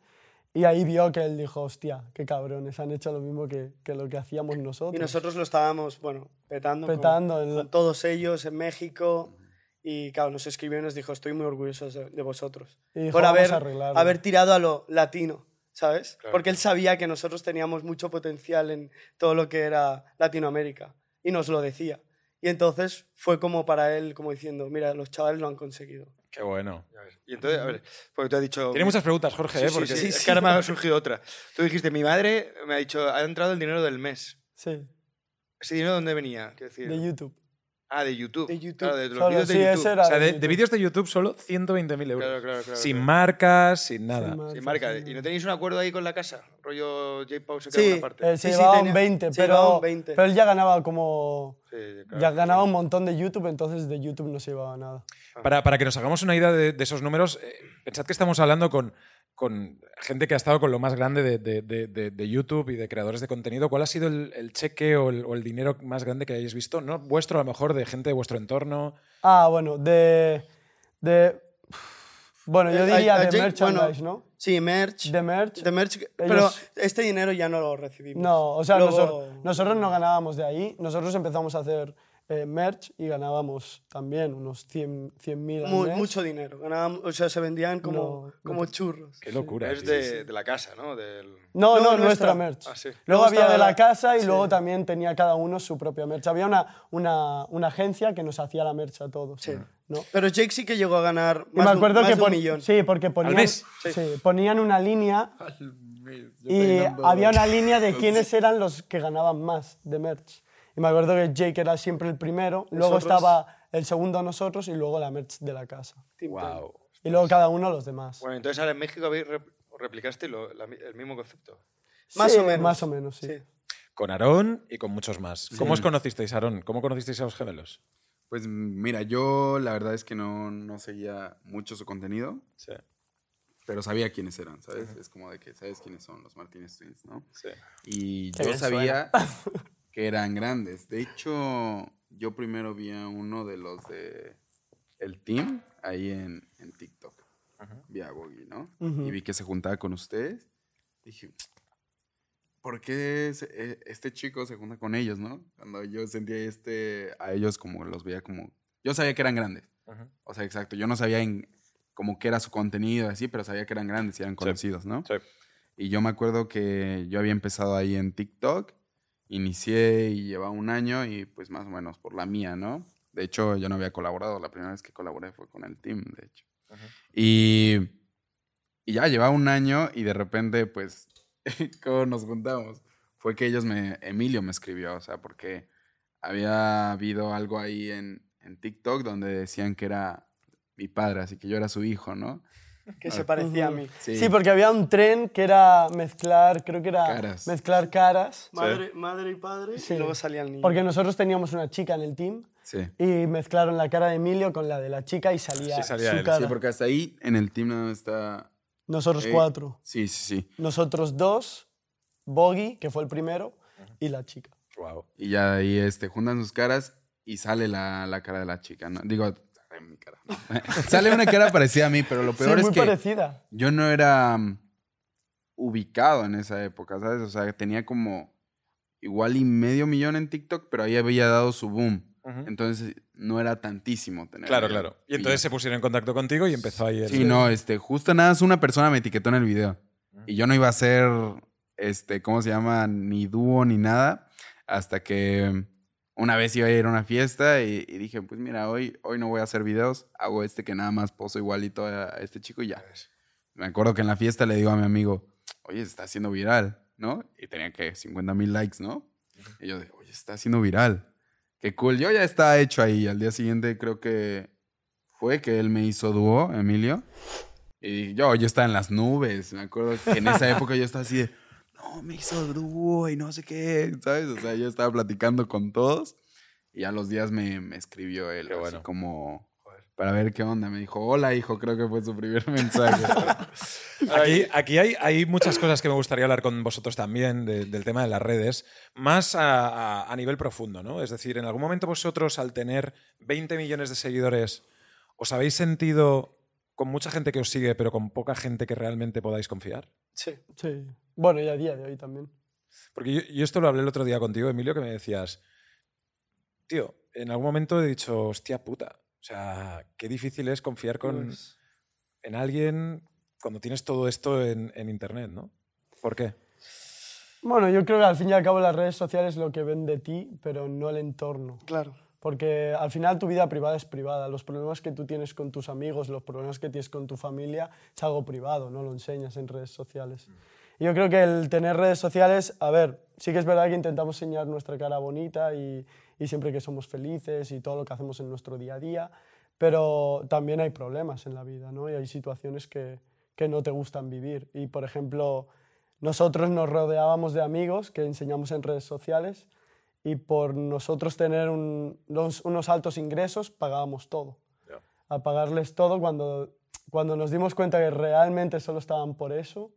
Speaker 3: Y ahí vio que él dijo, hostia, qué cabrones, han hecho lo mismo que, que lo que hacíamos nosotros.
Speaker 4: Y nosotros lo estábamos, bueno, petando, con-
Speaker 3: Petando
Speaker 4: con,
Speaker 3: en la-
Speaker 4: todos ellos en México. Y claro, nos escribió y nos dijo, estoy muy orgulloso de, de vosotros.
Speaker 3: Y dijo,
Speaker 4: por
Speaker 3: "Vamos
Speaker 4: haber,
Speaker 3: a arreglarlo".
Speaker 4: haber tirado a lo latino, ¿sabes? Porque él sabía que nosotros teníamos mucho potencial en todo lo que era Latinoamérica. Y nos lo decía. Y entonces fue como para él, como diciendo, mira, los chavales lo han conseguido.
Speaker 1: Qué bueno.
Speaker 2: A ver, Y entonces, a ver, porque tú has dicho...
Speaker 1: Tiene muchas preguntas, Jorge,
Speaker 2: Sí,
Speaker 1: ¿eh?
Speaker 2: sí,
Speaker 1: Porque...
Speaker 2: sí,
Speaker 4: Sí,
Speaker 2: es
Speaker 4: sí.
Speaker 2: que ahora me ha surgido otra. Tú dijiste, mi madre me ha dicho, ha entrado el dinero del mes.
Speaker 3: Sí,
Speaker 2: ¿Ese dinero dónde venía? Quiero decir,
Speaker 3: de YouTube.
Speaker 2: Ah, de YouTube.
Speaker 4: De YouTube.
Speaker 2: Claro, de los
Speaker 3: Solo,
Speaker 2: vídeos de
Speaker 3: sí,
Speaker 2: YouTube.
Speaker 3: ese
Speaker 1: O
Speaker 3: era.
Speaker 1: sea, de,
Speaker 3: YouTube.
Speaker 1: de vídeos de YouTube solo 120.000 euros.
Speaker 2: Claro, claro, claro,
Speaker 1: sin
Speaker 2: claro.
Speaker 1: marcas, sin nada.
Speaker 3: Sin marcas,
Speaker 2: Sin marca.
Speaker 3: sin
Speaker 2: ¿Y no
Speaker 3: nada.
Speaker 2: tenéis un acuerdo ahí con la casa? Rollo J. Pau se
Speaker 4: Sí.
Speaker 2: queda en una parte.
Speaker 3: Él Eh, se
Speaker 4: Sí, sí,
Speaker 3: llevaba
Speaker 4: tenía-
Speaker 3: un 20,
Speaker 4: se
Speaker 3: pero,
Speaker 4: llevaba un 20.
Speaker 3: pero él ya ganaba como...
Speaker 2: Sí, claro.
Speaker 3: ya ganaba un montón de YouTube, entonces de YouTube no se llevaba nada.
Speaker 1: Para, para que nos hagamos una idea de, de esos números, eh, pensad que estamos hablando con, con gente que ha estado con lo más grande de, de- de- de- de YouTube y de creadores de contenido. ¿Cuál ha sido el, el cheque o el, o el dinero más grande que hayáis visto? No vuestro, a lo mejor, de gente de vuestro entorno.
Speaker 3: Ah, bueno, de... de bueno, yo
Speaker 4: Eh, a-
Speaker 3: diría
Speaker 4: a
Speaker 3: de
Speaker 4: Jake,
Speaker 3: merchandise,
Speaker 4: bueno,
Speaker 3: ¿no?
Speaker 4: Sí, merch.
Speaker 3: De merch.
Speaker 4: De merch, Pero
Speaker 3: Ellos-
Speaker 4: este dinero ya no lo recibimos.
Speaker 3: No, o sea,
Speaker 4: Luego-
Speaker 3: nosotros, nosotros no ganábamos de ahí. Nosotros empezamos a hacer eh, merch y ganábamos también unos 100 100.000 al
Speaker 4: Mu-
Speaker 3: mes.
Speaker 4: mucho dinero. Ganábamos, o sea, se vendían como,
Speaker 3: No,
Speaker 4: como churros.
Speaker 1: Qué locura.
Speaker 2: Es
Speaker 1: tío.
Speaker 2: de, de la casa, ¿no? Del...
Speaker 3: No,
Speaker 4: No,
Speaker 3: no,
Speaker 4: nuestra.
Speaker 3: nuestra merch.
Speaker 2: Ah, sí.
Speaker 3: Luego
Speaker 4: Luego
Speaker 3: había
Speaker 4: estaba
Speaker 3: de la
Speaker 4: la-
Speaker 3: casa y
Speaker 4: sí.
Speaker 3: luego también tenía cada uno su propia merch. Había una, una, una agencia que nos hacía la merch a todos.
Speaker 4: Sí.
Speaker 3: ¿no?
Speaker 4: Pero Jake sí que llegó a ganar
Speaker 3: Y
Speaker 4: más,
Speaker 3: me acuerdo
Speaker 4: de, un-
Speaker 3: que
Speaker 4: más de un
Speaker 3: pon-
Speaker 4: millón.
Speaker 3: Sí, porque ponían,
Speaker 1: mes?
Speaker 3: sí, ponían una línea
Speaker 5: Yo
Speaker 3: y
Speaker 5: tenía un dólar.
Speaker 3: había una línea de quiénes eran los que ganaban más de merch. Y me acuerdo que Jake era siempre el primero, luego
Speaker 4: Nosotros-
Speaker 3: estaba el segundo a nosotros y luego la merch de la casa.
Speaker 4: Tim Tam.
Speaker 1: Wow.
Speaker 3: Y luego cada uno a los demás.
Speaker 2: Bueno, entonces ahora en México habéis rep- replicaste lo- la mi- el mismo concepto.
Speaker 4: Más
Speaker 3: Sí,
Speaker 4: o menos.
Speaker 3: Más o menos, sí.
Speaker 1: Con Aarón y con muchos más. ¿Cómo os conocisteis, Aarón? ¿Cómo conocisteis a los gemelos?
Speaker 5: Pues mira, yo la verdad es que no, no seguía mucho su contenido,
Speaker 1: Sí,
Speaker 5: pero sabía quiénes eran, ¿sabes? Es como de que sabes quiénes son los Martínez Twins, ¿no?
Speaker 1: sí.
Speaker 5: Y
Speaker 3: Qué
Speaker 5: yo
Speaker 3: bien
Speaker 5: sabía que eran grandes. De hecho, yo primero vi a uno de los de el team ahí en, en TikTok. Vi a Gogi, ¿no? Y vi que se juntaba con ustedes. Dije, ¿por qué se- e- este chico se junta con ellos, no? Cuando yo sentía este, a ellos como los veía como Yo sabía que eran grandes. O sea, exacto. Yo no sabía en, como qué era su contenido y así, pero sabía que eran grandes y eran conocidos, ¿no?
Speaker 6: Sí.
Speaker 5: Y yo me acuerdo que yo había empezado ahí en TikTok, inicié y llevaba un año y pues más o menos por la mía, ¿no? De hecho, yo no había colaborado, la primera vez que colaboré fue con el team, de hecho. Y, y ya llevaba un año y de repente, pues, ¿cómo nos juntamos? Fue que ellos me, Emilio me escribió, o sea, porque había habido algo ahí en, en TikTok donde decían que era mi padre, así que yo era su hijo, ¿no?
Speaker 4: que se parecía a mí.
Speaker 5: Sí.
Speaker 3: Sí, porque había un tren que era mezclar, creo que era
Speaker 5: Caras.
Speaker 3: mezclar caras.
Speaker 4: Madre, madre y padre,
Speaker 3: Sí.
Speaker 4: y luego salía el niño.
Speaker 3: Porque nosotros teníamos una chica en el team
Speaker 5: Sí.
Speaker 3: y mezclaron la cara de Emilio con la de la chica y salía,
Speaker 1: Sí, salía
Speaker 3: su
Speaker 1: él, sí,
Speaker 3: cara.
Speaker 5: Sí, porque hasta ahí en el team nada más está.
Speaker 3: Nosotros
Speaker 5: eh,
Speaker 3: cuatro.
Speaker 5: Sí, sí, sí.
Speaker 3: Nosotros dos, Boggy, que fue el primero, y la chica.
Speaker 1: Wow.
Speaker 5: Y ya de ahí este, juntan sus caras y sale la, la cara de la chica, ¿no? Digo, sale mi cara. sale una cara parecida a mí, pero lo
Speaker 3: Sí,
Speaker 5: peor es
Speaker 3: muy
Speaker 5: que
Speaker 3: parecida.
Speaker 5: yo no era mm, ubicado en esa época, ¿sabes? O sea, tenía como igual y medio millón en TikTok, pero ahí había dado su boom. Entonces no era tantísimo tener.
Speaker 1: Claro,
Speaker 5: ahí
Speaker 1: claro. Y
Speaker 5: pilla.
Speaker 1: entonces se pusieron en contacto contigo y empezó ahí el...
Speaker 5: Sí, no, este, justo nada, es una persona me etiquetó en el video. Y yo no iba a ser, este, ¿cómo se llama? Ni dúo ni nada. Hasta que una vez iba a ir a una fiesta y, y dije, pues mira, hoy, hoy no voy a hacer videos. Hago este que nada más poso igualito a este chico y ya. Me acuerdo que en la fiesta le digo a mi amigo, oye, se está haciendo viral, ¿no? Y tenía que 50 mil likes, ¿no? Y yo dije, oye, se está haciendo viral. Qué cool. Yo ya estaba hecho ahí. Al día siguiente creo que fue que él me hizo dúo, Emilio. Y yo, yo estaba en las nubes. Me acuerdo que en esa época yo estaba así de, no, me hizo dúo y no sé qué, ¿sabes? O sea, yo estaba platicando con todos y a los días me, me escribió él,
Speaker 1: Qué
Speaker 5: así
Speaker 1: bueno.
Speaker 5: como para ver qué onda. Me dijo, hola, hijo, creo que fue su primer mensaje.
Speaker 1: Aquí, aquí hay, hay muchas cosas que me gustaría hablar con vosotros también de- del tema de las redes, más a, a- a nivel profundo, ¿no? Es decir, en algún momento vosotros, al tener 20 millones de seguidores, ¿os habéis sentido con mucha gente que os sigue, pero con poca gente que realmente podáis confiar?
Speaker 4: Sí.
Speaker 3: Sí. Bueno, y a día de hoy también.
Speaker 1: Porque yo, yo esto lo hablé el otro día contigo, Emilio, que me decías, tío, en algún momento he dicho, hostia puta, o sea, qué difícil es confiar con,
Speaker 4: Pues,
Speaker 1: en alguien cuando tienes todo esto en, en Internet, ¿no? ¿Por qué?
Speaker 3: Bueno, yo creo que al fin y al cabo las redes sociales lo que ven de ti, pero no el entorno.
Speaker 4: claro.
Speaker 3: Porque al final tu vida privada es privada. Los problemas que tú tienes con tus amigos, los problemas que tienes con tu familia, es algo privado, no lo enseñas en redes sociales. Y Yo creo que el tener redes sociales, a ver, sí que es verdad que intentamos enseñar nuestra cara bonita y, y siempre que somos felices y todo lo que hacemos en nuestro día a día, pero también hay problemas en la vida, ¿no? Y hay situaciones que, que no te gustan vivir. Y por ejemplo, nosotros nos rodeábamos de amigos que enseñamos en redes sociales y por nosotros tener un- los- unos altos ingresos pagábamos todo. A pagarles todo cuando, cuando nos dimos cuenta que realmente solo estaban por eso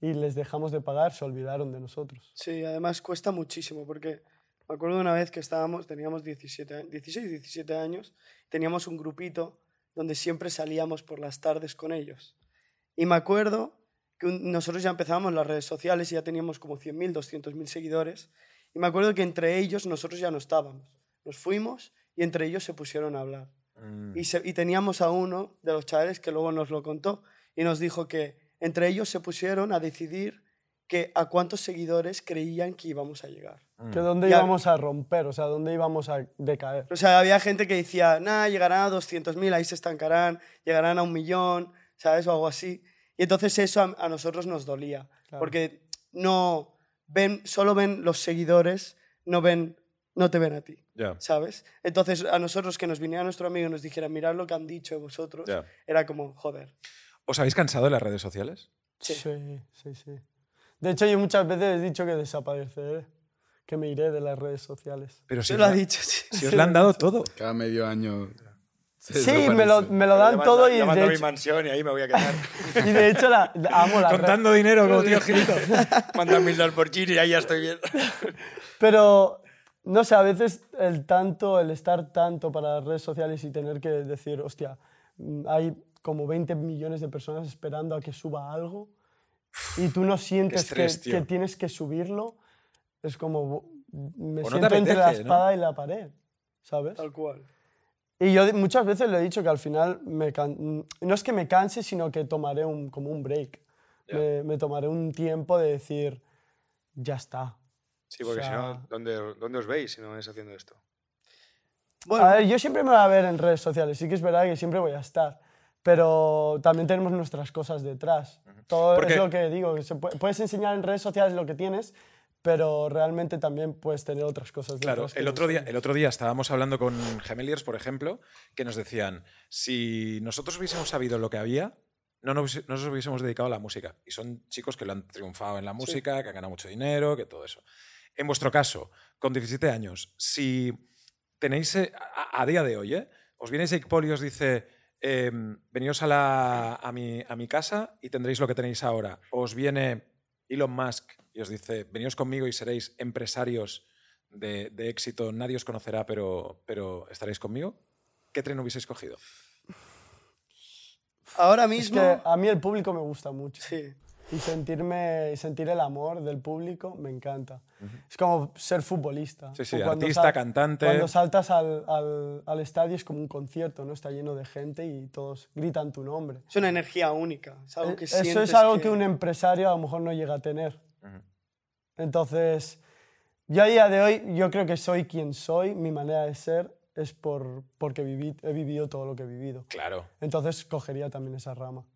Speaker 3: y les dejamos de pagar, se olvidaron de nosotros.
Speaker 4: Sí, además cuesta muchísimo porque me acuerdo una vez que estábamos, teníamos 17, a- 16, 17 años, teníamos un grupito donde siempre salíamos por las tardes con ellos. Y me acuerdo que un- nosotros ya empezábamos las redes sociales y ya teníamos como 100.000, 200.000 seguidores. Y me acuerdo que entre ellos nosotros ya no estábamos. Nos fuimos y entre ellos se pusieron a hablar.
Speaker 1: Mm,
Speaker 4: Y, se- y teníamos a uno de los chavales que luego nos lo contó y nos dijo que entre ellos se pusieron a decidir que a cuántos seguidores creían que íbamos a llegar.
Speaker 1: Mm.
Speaker 3: Que dónde
Speaker 4: Ya-
Speaker 3: íbamos a romper, o sea, dónde íbamos a decaer.
Speaker 4: O sea, había gente que decía, nada, llegarán a 200.000, ahí se estancarán, llegarán a un millón, ¿sabes? O algo así. Y entonces eso a, a nosotros nos dolía,
Speaker 3: Claro.
Speaker 4: porque no ven, solo ven los seguidores, no ven, no te ven a ti,
Speaker 1: Ya,
Speaker 4: ¿sabes? Entonces a nosotros que nos viniera nuestro amigo y nos dijera, mirad lo que han dicho de vosotros,
Speaker 1: ya.
Speaker 4: era como, joder.
Speaker 1: ¿Os habéis cansado de las redes sociales?
Speaker 4: Sí.
Speaker 3: sí, sí. sí. De hecho, yo muchas veces he dicho que desapareceré, que me iré de las redes sociales.
Speaker 1: Pero si,
Speaker 4: Se
Speaker 1: os
Speaker 4: lo ha
Speaker 1: la-
Speaker 4: dicho, sí.
Speaker 1: si os la han dado todo.
Speaker 5: Cada medio año. se
Speaker 3: Sí, me lo,
Speaker 5: desaparece.
Speaker 3: me lo dan todo y
Speaker 6: Yo mando
Speaker 3: de,
Speaker 6: mi
Speaker 3: hecho,
Speaker 6: mansión y ahí me voy a quedar.
Speaker 3: y de hecho la, la- amo las redes.
Speaker 1: Contando dinero como tío Gilito.
Speaker 6: Manda mil dólares por Chile y ahí ya estoy bien.
Speaker 3: Pero, no sé, a veces el tanto, el estar tanto para las redes sociales y tener que decir, hostia, mm, hay como 20 millones de personas esperando a que suba algo y tú no sientes
Speaker 1: estrés,
Speaker 3: que,
Speaker 1: tío.
Speaker 3: que tienes que subirlo, es como, bu- me
Speaker 1: O no te
Speaker 3: siento entre la
Speaker 1: apetece, ¿no?
Speaker 3: espada y la pared, ¿sabes?
Speaker 4: Tal cual.
Speaker 3: Y yo de- muchas veces lo he dicho que al final me can- mm, no es que me canse, sino que tomaré un, como un break. Me, me tomaré un tiempo de decir, ya está.
Speaker 6: Sí, porque
Speaker 3: O
Speaker 6: si
Speaker 3: sea-
Speaker 6: no, ¿dónde, ¿dónde os veis si no vais haciendo esto?
Speaker 4: Bueno,
Speaker 3: A ver, yo siempre me voy a ver en redes sociales, sí que es verdad que siempre voy a estar, pero también tenemos nuestras cosas detrás. Todo
Speaker 1: Porque-
Speaker 3: es lo que digo, que se pu- puedes enseñar en redes sociales lo que tienes, pero realmente también puedes tener otras cosas detrás.
Speaker 1: Claro,
Speaker 3: que
Speaker 1: el
Speaker 3: no
Speaker 1: otro, día,
Speaker 3: enseñas.
Speaker 1: el otro día estábamos hablando con Gemeliers, por ejemplo, que nos decían, si nosotros hubiésemos sabido lo que había, no nos, hubiese- no nos hubiésemos dedicado a la música. Y son chicos que lo han triunfado en la música, que han ganado mucho dinero, que todo eso. En vuestro caso, con 17 años, si tenéis, eh, a, a día de hoy, ¿eh? os viene Jake Paul y os dice, em, veníos a, la- a mi, a mi casa y tendréis lo que tenéis ahora. O Os viene Elon Musk y os dice, veníos conmigo y seréis empresarios de, de éxito, nadie os conocerá, pero, pero estaréis conmigo. ¿Qué tren hubieseis cogido?
Speaker 4: ahora
Speaker 3: Es
Speaker 4: mismo...
Speaker 3: que a mí el público me gusta mucho.
Speaker 4: Sí.
Speaker 3: Y sentirme y sentir el amor del público me encanta. Es como ser futbolista.
Speaker 1: Sí, sí,
Speaker 3: O cuando
Speaker 1: artista, cantante.
Speaker 3: Cuando saltas al, al- al estadio es como un concierto, ¿no? Está lleno de gente y todos gritan tu nombre.
Speaker 4: Es una energía única. Es algo que
Speaker 3: Eh, Eso es
Speaker 4: sientes
Speaker 3: algo que... un empresario a lo mejor no llega a tener. Entonces, yo a día de hoy, yo creo que soy quien soy, mi manera de ser es por, porque viví- he vivido todo lo que he vivido.
Speaker 1: Claro.
Speaker 3: Entonces, cogería también esa rama.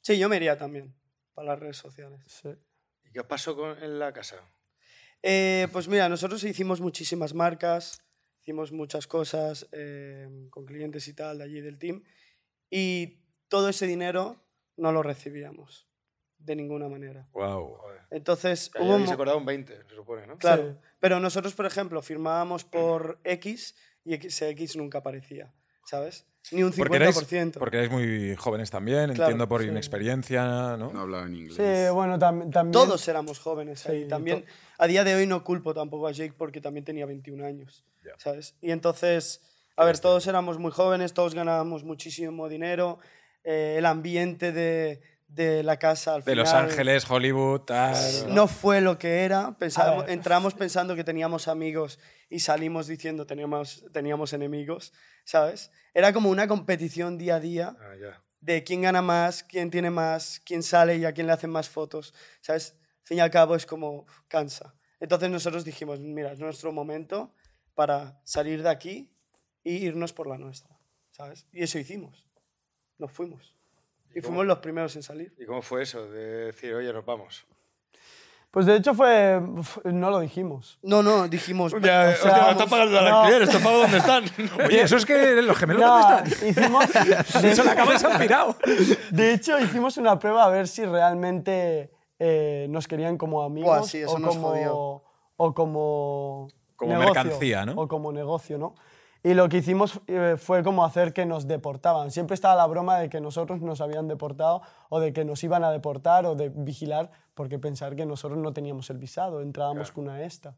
Speaker 4: Sí, yo me iría también para las redes sociales.
Speaker 3: Sí.
Speaker 6: ¿Y qué pasó con, en la casa?
Speaker 4: Eh, pues mira, nosotros hicimos muchísimas marcas, hicimos muchas cosas eh, con clientes y tal de allí del team y todo ese dinero no lo recibíamos de ninguna manera.
Speaker 1: Wow.
Speaker 4: Entonces
Speaker 6: Que ahí
Speaker 4: hubo un
Speaker 6: habéis
Speaker 4: mo-
Speaker 6: acordado un 20, se supone, ¿no?
Speaker 4: claro,
Speaker 3: Sí.
Speaker 4: pero nosotros por ejemplo firmábamos por X y ese X nunca aparecía, ¿sabes? Ni un 50%.
Speaker 1: Porque erais, porque erais muy jóvenes también,
Speaker 4: Claro,
Speaker 1: entiendo por
Speaker 3: sí.
Speaker 1: inexperiencia, ¿no?
Speaker 5: No hablaba en inglés.
Speaker 3: Sí, bueno, tam- también...
Speaker 4: Todos éramos jóvenes
Speaker 3: Sí,
Speaker 4: ahí. También,
Speaker 3: to-
Speaker 4: a día de hoy no culpo tampoco a Jake porque también tenía 21 años, ¿sabes? Y entonces, a ver, todos éramos muy jóvenes, todos ganábamos muchísimo dinero, eh, el ambiente de, de la casa al
Speaker 1: De
Speaker 4: final
Speaker 1: Los Ángeles, Hollywood, tal.
Speaker 4: no fue lo que era. Pensábamos-
Speaker 3: A ver.
Speaker 4: entramos pensando que teníamos amigos y salimos diciendo teníamos, teníamos enemigos, ¿sabes? Era como una competición día a día
Speaker 6: Ah, ya.
Speaker 4: de quién gana más, quién tiene más, quién sale y a quién le hacen más fotos, ¿sabes? Al fin y al cabo es como cansa. Entonces nosotros dijimos, mira, es nuestro momento para salir de aquí y irnos por la nuestra, ¿sabes? Y eso hicimos. Nos fuimos. Y fuimos los primeros en salir.
Speaker 6: ¿Y cómo fue eso de decir, oye, nos vamos?
Speaker 3: Pues de hecho fue... uf, No lo dijimos.
Speaker 4: No, no, dijimos...
Speaker 6: Ya,
Speaker 3: sea, hostia, no está
Speaker 4: vamos.
Speaker 6: pagando
Speaker 3: el no. alquiler,
Speaker 6: está pagando donde están.
Speaker 1: Oye, eso es que los gemelos
Speaker 3: No,
Speaker 1: ¿dónde están?
Speaker 3: hicimos... de-
Speaker 1: Eso la cama se han pirado.
Speaker 3: De hecho, hicimos una prueba a ver si realmente eh, nos querían como amigos
Speaker 4: Buah, sí, eso
Speaker 3: o,
Speaker 4: nos
Speaker 3: como,
Speaker 4: jodió.
Speaker 3: o como...
Speaker 1: Como mercancía, ¿no?
Speaker 3: O como negocio, ¿no? Y lo que hicimos eh, fue como hacer que nos deportaban. Siempre estaba la broma de que nosotros nos habían deportado o de que nos iban a deportar o de vigilar porque pensar que nosotros no teníamos el visado, entrábamos con una esta.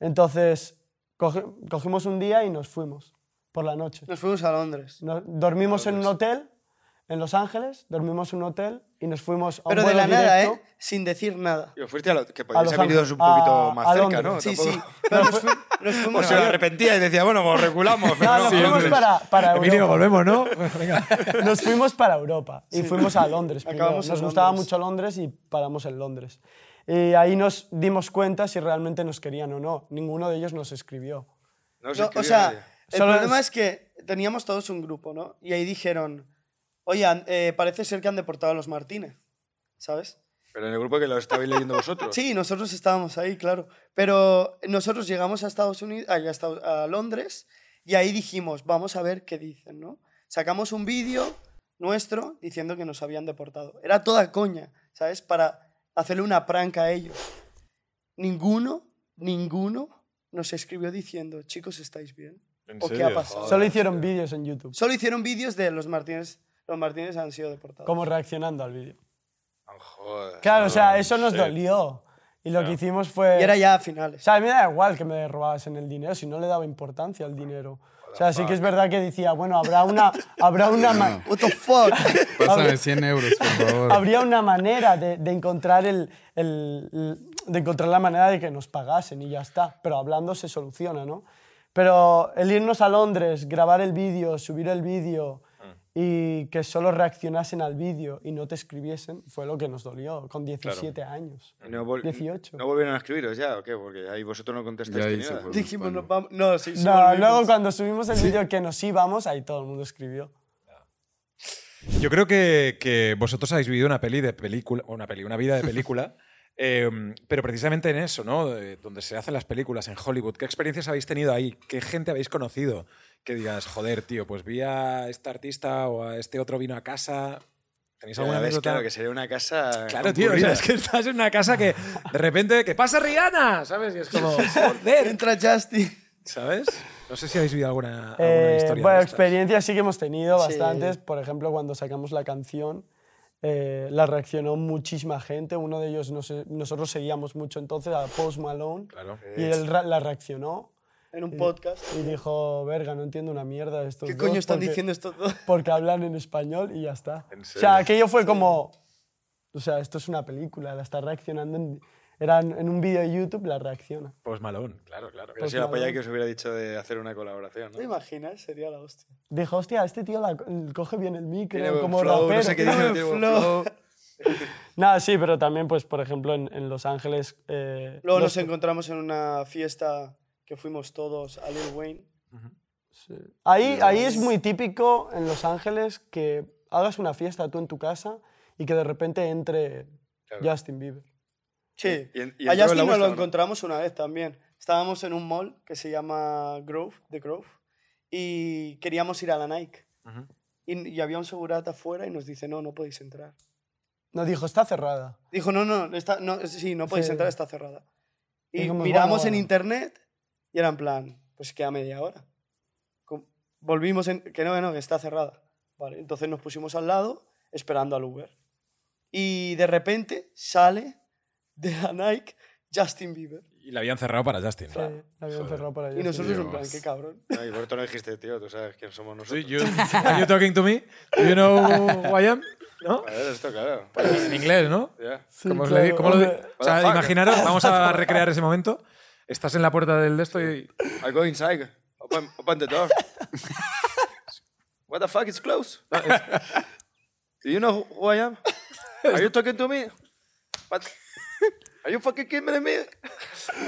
Speaker 3: Entonces, coge- cogimos un día y nos fuimos por la noche.
Speaker 4: Nos fuimos a Londres.
Speaker 3: No- dormimos en un hotel en Los Ángeles, dormimos en un hotel y nos fuimos a un
Speaker 4: Pero de
Speaker 3: vuelo
Speaker 4: la nada, ¿eh?
Speaker 3: directo
Speaker 4: Sin decir nada.
Speaker 6: Yo fuiste a lo que
Speaker 3: Los
Speaker 6: podíais haber ido
Speaker 3: Ángeles.
Speaker 6: un poquito
Speaker 3: A-
Speaker 6: más
Speaker 3: a
Speaker 6: cerca,
Speaker 3: Londres.
Speaker 6: ¿no?
Speaker 4: Sí,
Speaker 6: Tampoco-
Speaker 4: sí. Pero nos, fu- nos
Speaker 6: O
Speaker 4: fuimos
Speaker 6: se
Speaker 4: a-
Speaker 6: arrepentía y decía, bueno, pues reculamos. pero
Speaker 3: No, nos
Speaker 6: Sí,
Speaker 3: fuimos
Speaker 6: hombre.
Speaker 3: para, para
Speaker 1: Emilio,
Speaker 3: Europa.
Speaker 1: volvemos, ¿no? Venga.
Speaker 3: Nos fuimos para Europa y fuimos a Londres. primero.
Speaker 4: Acabamos en
Speaker 3: Nos gustaba
Speaker 4: Londres.
Speaker 3: mucho Londres y paramos en Londres. Y ahí nos dimos cuenta si realmente nos querían o no. Ninguno de ellos nos escribió.
Speaker 6: No os
Speaker 4: No, o
Speaker 6: escribió nadie.
Speaker 4: sea, el
Speaker 3: Solo
Speaker 4: problema
Speaker 3: es-
Speaker 4: es que teníamos todos un grupo, ¿no? Y ahí dijeron, oye, han- eh, parece ser que han deportado a los Martínez, ¿sabes?
Speaker 6: Pero en el grupo que lo estabais leyendo vosotros.
Speaker 4: Sí, nosotros estábamos ahí, claro. Pero estados llegamos a Estados Unidos, ay, a, Estados- a Londres, y ahí dijimos, vamos a ver qué dicen, ¿no? Sacamos un vídeo nuestro diciendo que nos habían deportado. Era toda coña, ¿sabes? Para hacerle una pranca a ellos. Ninguno, ninguno nos escribió diciendo, chicos, ¿estáis bien? ¿O qué ha
Speaker 1: serio?
Speaker 4: pasado?
Speaker 3: Solo hicieron vídeos en YouTube,
Speaker 4: Solo hicieron vídeos de los Martínez. Los Martínez han sido deportados.
Speaker 3: como reaccionando al vídeo.
Speaker 6: Oh, joder.
Speaker 3: Claro, o sea, eso nos dolió. Y lo que hicimos fue...
Speaker 4: Y era ya a
Speaker 3: O
Speaker 4: finales.
Speaker 3: sea, a mí me da igual que me robasen el dinero, si no le daba importancia al dinero. O sea, sí que es verdad que decía, bueno, habrá una, habrá una, ma-
Speaker 4: What the fuck?
Speaker 5: Pásame 100 euros, por favor.
Speaker 3: habría una manera de, de encontrar el, el- el- de encontrar la manera de que nos pagasen y ya está. Pero hablando se soluciona, ¿no? Pero el irnos a Londres, grabar el vídeo, subir el vídeo
Speaker 4: Mm.
Speaker 3: y que solo reaccionasen al vídeo y no te escribiesen fue lo que nos dolió con 17 años.
Speaker 6: No vol-
Speaker 3: 18.
Speaker 6: ¿No volvieron a escribiros ya o qué? Porque ahí vosotros no
Speaker 5: Ya
Speaker 6: contestáis
Speaker 5: ahí
Speaker 6: ni
Speaker 5: se
Speaker 6: nada.
Speaker 5: fue
Speaker 4: Dijimos,
Speaker 5: buscando.
Speaker 4: nos vamos. No, sí, sí,
Speaker 3: No,
Speaker 4: volvimos.
Speaker 3: luego cuando subimos el vídeo que nos íbamos, ahí todo el mundo escribió.
Speaker 1: Yo creo que, que vosotros habéis vivido una peli de película, o una peli, una vida de película, eh, pero precisamente en eso, ¿no? De- donde se hacen las películas en Hollywood. ¿Qué experiencias habéis tenido ahí? ¿Qué gente habéis conocido? Que digas, joder, tío, pues vi a este artista o a este otro vino a casa. ¿Tenéis
Speaker 6: Cada
Speaker 1: alguna
Speaker 6: vez,
Speaker 1: anécdota?
Speaker 6: claro, que sería una casa.
Speaker 1: Claro, tío, o sea, es que estás en una casa que de repente, ¿qué pasa Rihanna? ¿Sabes? Y es como, joder,
Speaker 4: Entra Justin.
Speaker 1: ¿sabes? No sé si habéis vivido alguna, alguna
Speaker 3: Eh,
Speaker 1: historia.
Speaker 3: bueno,
Speaker 1: de estas.
Speaker 3: experiencias sí que hemos tenido
Speaker 4: Sí.
Speaker 3: bastantes. Por ejemplo, cuando sacamos la canción, eh, la reaccionó muchísima gente. Uno de ellos, nos- nosotros seguíamos mucho entonces a Post Malone
Speaker 6: Eh,
Speaker 1: Claro.
Speaker 3: y él ra- la reaccionó
Speaker 4: En un podcast.
Speaker 3: y dijo, verga, no entiendo una mierda de estos
Speaker 4: ¿Qué
Speaker 3: dos
Speaker 4: coño están
Speaker 3: porque-
Speaker 4: diciendo estos dos?
Speaker 3: Porque hablan en español y ya está.
Speaker 1: ¿En
Speaker 3: O sea,
Speaker 1: serio?
Speaker 3: aquello fue como... O sea, esto es una película, la está reaccionando en... Era en en un vídeo de YouTube, la reacciona.
Speaker 1: Pues Malón, claro, claro.
Speaker 6: Hubiera
Speaker 3: pues
Speaker 6: sido la polla
Speaker 3: nada.
Speaker 6: que os hubiera dicho de hacer una colaboración. ¿no?
Speaker 4: ¿Te imaginas? Sería la hostia.
Speaker 3: Dijo, hostia, este tío la co- coge bien el micro,
Speaker 6: Tiene buen
Speaker 3: como
Speaker 6: flow,
Speaker 3: rapero.
Speaker 6: no sé qué dice,
Speaker 4: Tiene
Speaker 6: tiene
Speaker 4: buen
Speaker 6: buen flow.
Speaker 3: Nada, sí, pero también, pues, por ejemplo, en, en Los Ángeles. eh,
Speaker 4: Luego
Speaker 3: los-
Speaker 4: nos encontramos en una fiesta que fuimos todos a Lil Wayne.
Speaker 3: ahí, ahí es muy típico en Los Ángeles que hagas una fiesta tú en tu casa y que de repente entre Justin Bieber.
Speaker 4: Sí.
Speaker 6: Y en- y entró
Speaker 4: a
Speaker 6: en
Speaker 4: Justin
Speaker 6: la
Speaker 4: nos
Speaker 6: bosta,
Speaker 4: lo
Speaker 6: ¿no?
Speaker 4: encontramos una vez también. Estábamos en un mall que se llama Grove, The Grove, y queríamos ir a la Nike. y, y había un segurata afuera y nos dice, no, no podéis entrar.
Speaker 3: No, dijo, está cerrada.
Speaker 4: Dijo, no, no, está, no sí, no podéis
Speaker 3: Sí.
Speaker 4: entrar, está cerrada. Y
Speaker 3: Dijimos,
Speaker 4: miramos
Speaker 3: bueno,
Speaker 4: en
Speaker 3: bueno.
Speaker 4: internet y era en plan, pues queda media hora. Com- Volvimos en, que no, que no, que está cerrada. Vale, entonces nos pusimos al lado esperando al Uber. Y de repente sale de la Nike Justin Bieber.
Speaker 1: Y la habían cerrado para Justin.
Speaker 3: Sí, la habían cerrado para
Speaker 4: Y
Speaker 3: Justin
Speaker 4: nosotros en
Speaker 5: Dios.
Speaker 4: plan, qué cabrón.
Speaker 6: No, y vosotros no dijiste, tío, tú sabes quién somos nosotros.
Speaker 1: Do you, are you talking to me? Do you know who I am? ¿No?
Speaker 6: Claro, esto, claro.
Speaker 1: En inglés, ¿no?
Speaker 6: Ya.
Speaker 3: Sí,
Speaker 1: Como os
Speaker 3: claro,
Speaker 1: le- como lo di-
Speaker 3: hombre.
Speaker 1: o sea,
Speaker 6: What the fuck?
Speaker 1: imaginaros, vamos a recrear ese momento. Estás en la puerta del de esto y
Speaker 6: I go inside. Open, open the door. What the fuck? It's closed. Do you know who I am? Are you talking to me? What? Are you fucking kidding me?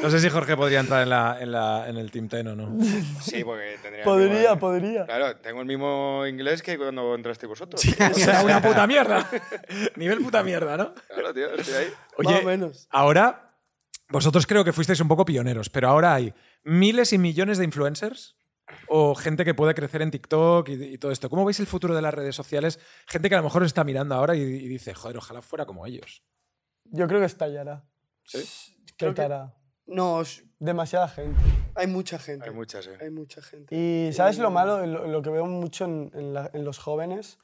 Speaker 1: no sé si Jorge podría entrar en, la, en, la, en el Team Ten o no.
Speaker 6: Sí, porque tendría.
Speaker 3: Podría,
Speaker 6: que-
Speaker 3: podría.
Speaker 6: Claro, tengo el mismo inglés que cuando entraste vosotros.
Speaker 1: O sea, una puta mierda. Nivel puta mierda, ¿no?
Speaker 6: Claro, tío, estoy ahí.
Speaker 1: Oye,
Speaker 4: Más o menos.
Speaker 1: ahora vosotros creo que fuisteis un poco pioneros, pero ahora hay miles y millones de influencers o gente que puede crecer en TikTok y, y todo esto. ¿Cómo veis el futuro de las redes sociales? Gente que a lo mejor está mirando ahora y, y dice, joder, ojalá fuera como ellos.
Speaker 3: Yo creo que estallará.
Speaker 4: Creo que-
Speaker 3: Estallará.
Speaker 4: No, es-
Speaker 3: Demasiada gente.
Speaker 4: hay mucha gente.
Speaker 6: Hay muchas, eh.
Speaker 4: Hay mucha gente.
Speaker 3: Y ¿sabes
Speaker 4: Eh,
Speaker 3: lo malo? Lo, lo que veo mucho en, en la- en los jóvenes,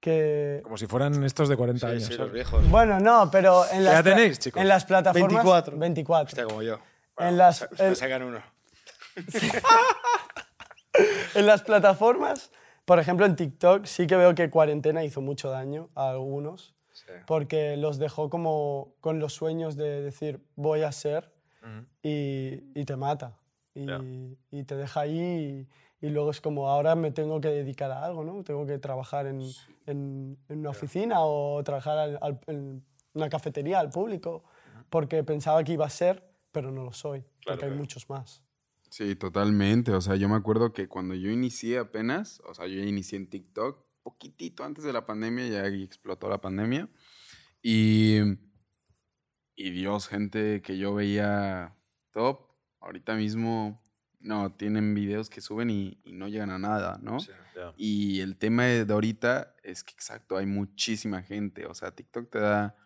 Speaker 3: que...
Speaker 1: Como si fueran estos de 40
Speaker 6: Sí,
Speaker 1: años.
Speaker 6: sí,
Speaker 1: ¿sabes?
Speaker 6: los viejos.
Speaker 3: Bueno, no, pero en
Speaker 1: Ya
Speaker 3: las, pla-
Speaker 1: tenéis, chicos.
Speaker 3: en las plataformas...
Speaker 4: 24.
Speaker 3: 24.
Speaker 6: Hostia, como yo.
Speaker 3: en, las,
Speaker 6: Me
Speaker 3: en-
Speaker 6: sacan uno.
Speaker 3: en las plataformas, por ejemplo, en TikTok sí que veo que cuarentena hizo mucho daño a algunos, porque los dejó como con los sueños de decir voy a ser
Speaker 1: Mm.
Speaker 3: y, y te mata. Y, y te deja ahí y, y luego es como ahora me tengo que dedicar a algo, ¿no? Tengo que trabajar en, en- en una oficina o trabajar al- al- en una cafetería al público, porque pensaba que iba a ser, pero no lo soy, porque hay muchos más.
Speaker 5: Sí, totalmente. O sea, yo me acuerdo que cuando yo inicié apenas, o sea, yo ya inicié en TikTok poquitito antes de la pandemia, ya ahí explotó la pandemia. Y, y Dios, gente que yo veía top, ahorita mismo, no, tienen videos que suben y, y no llegan a nada, ¿no? Y el tema de de ahorita es que, exacto, hay muchísima gente. O sea, TikTok te da.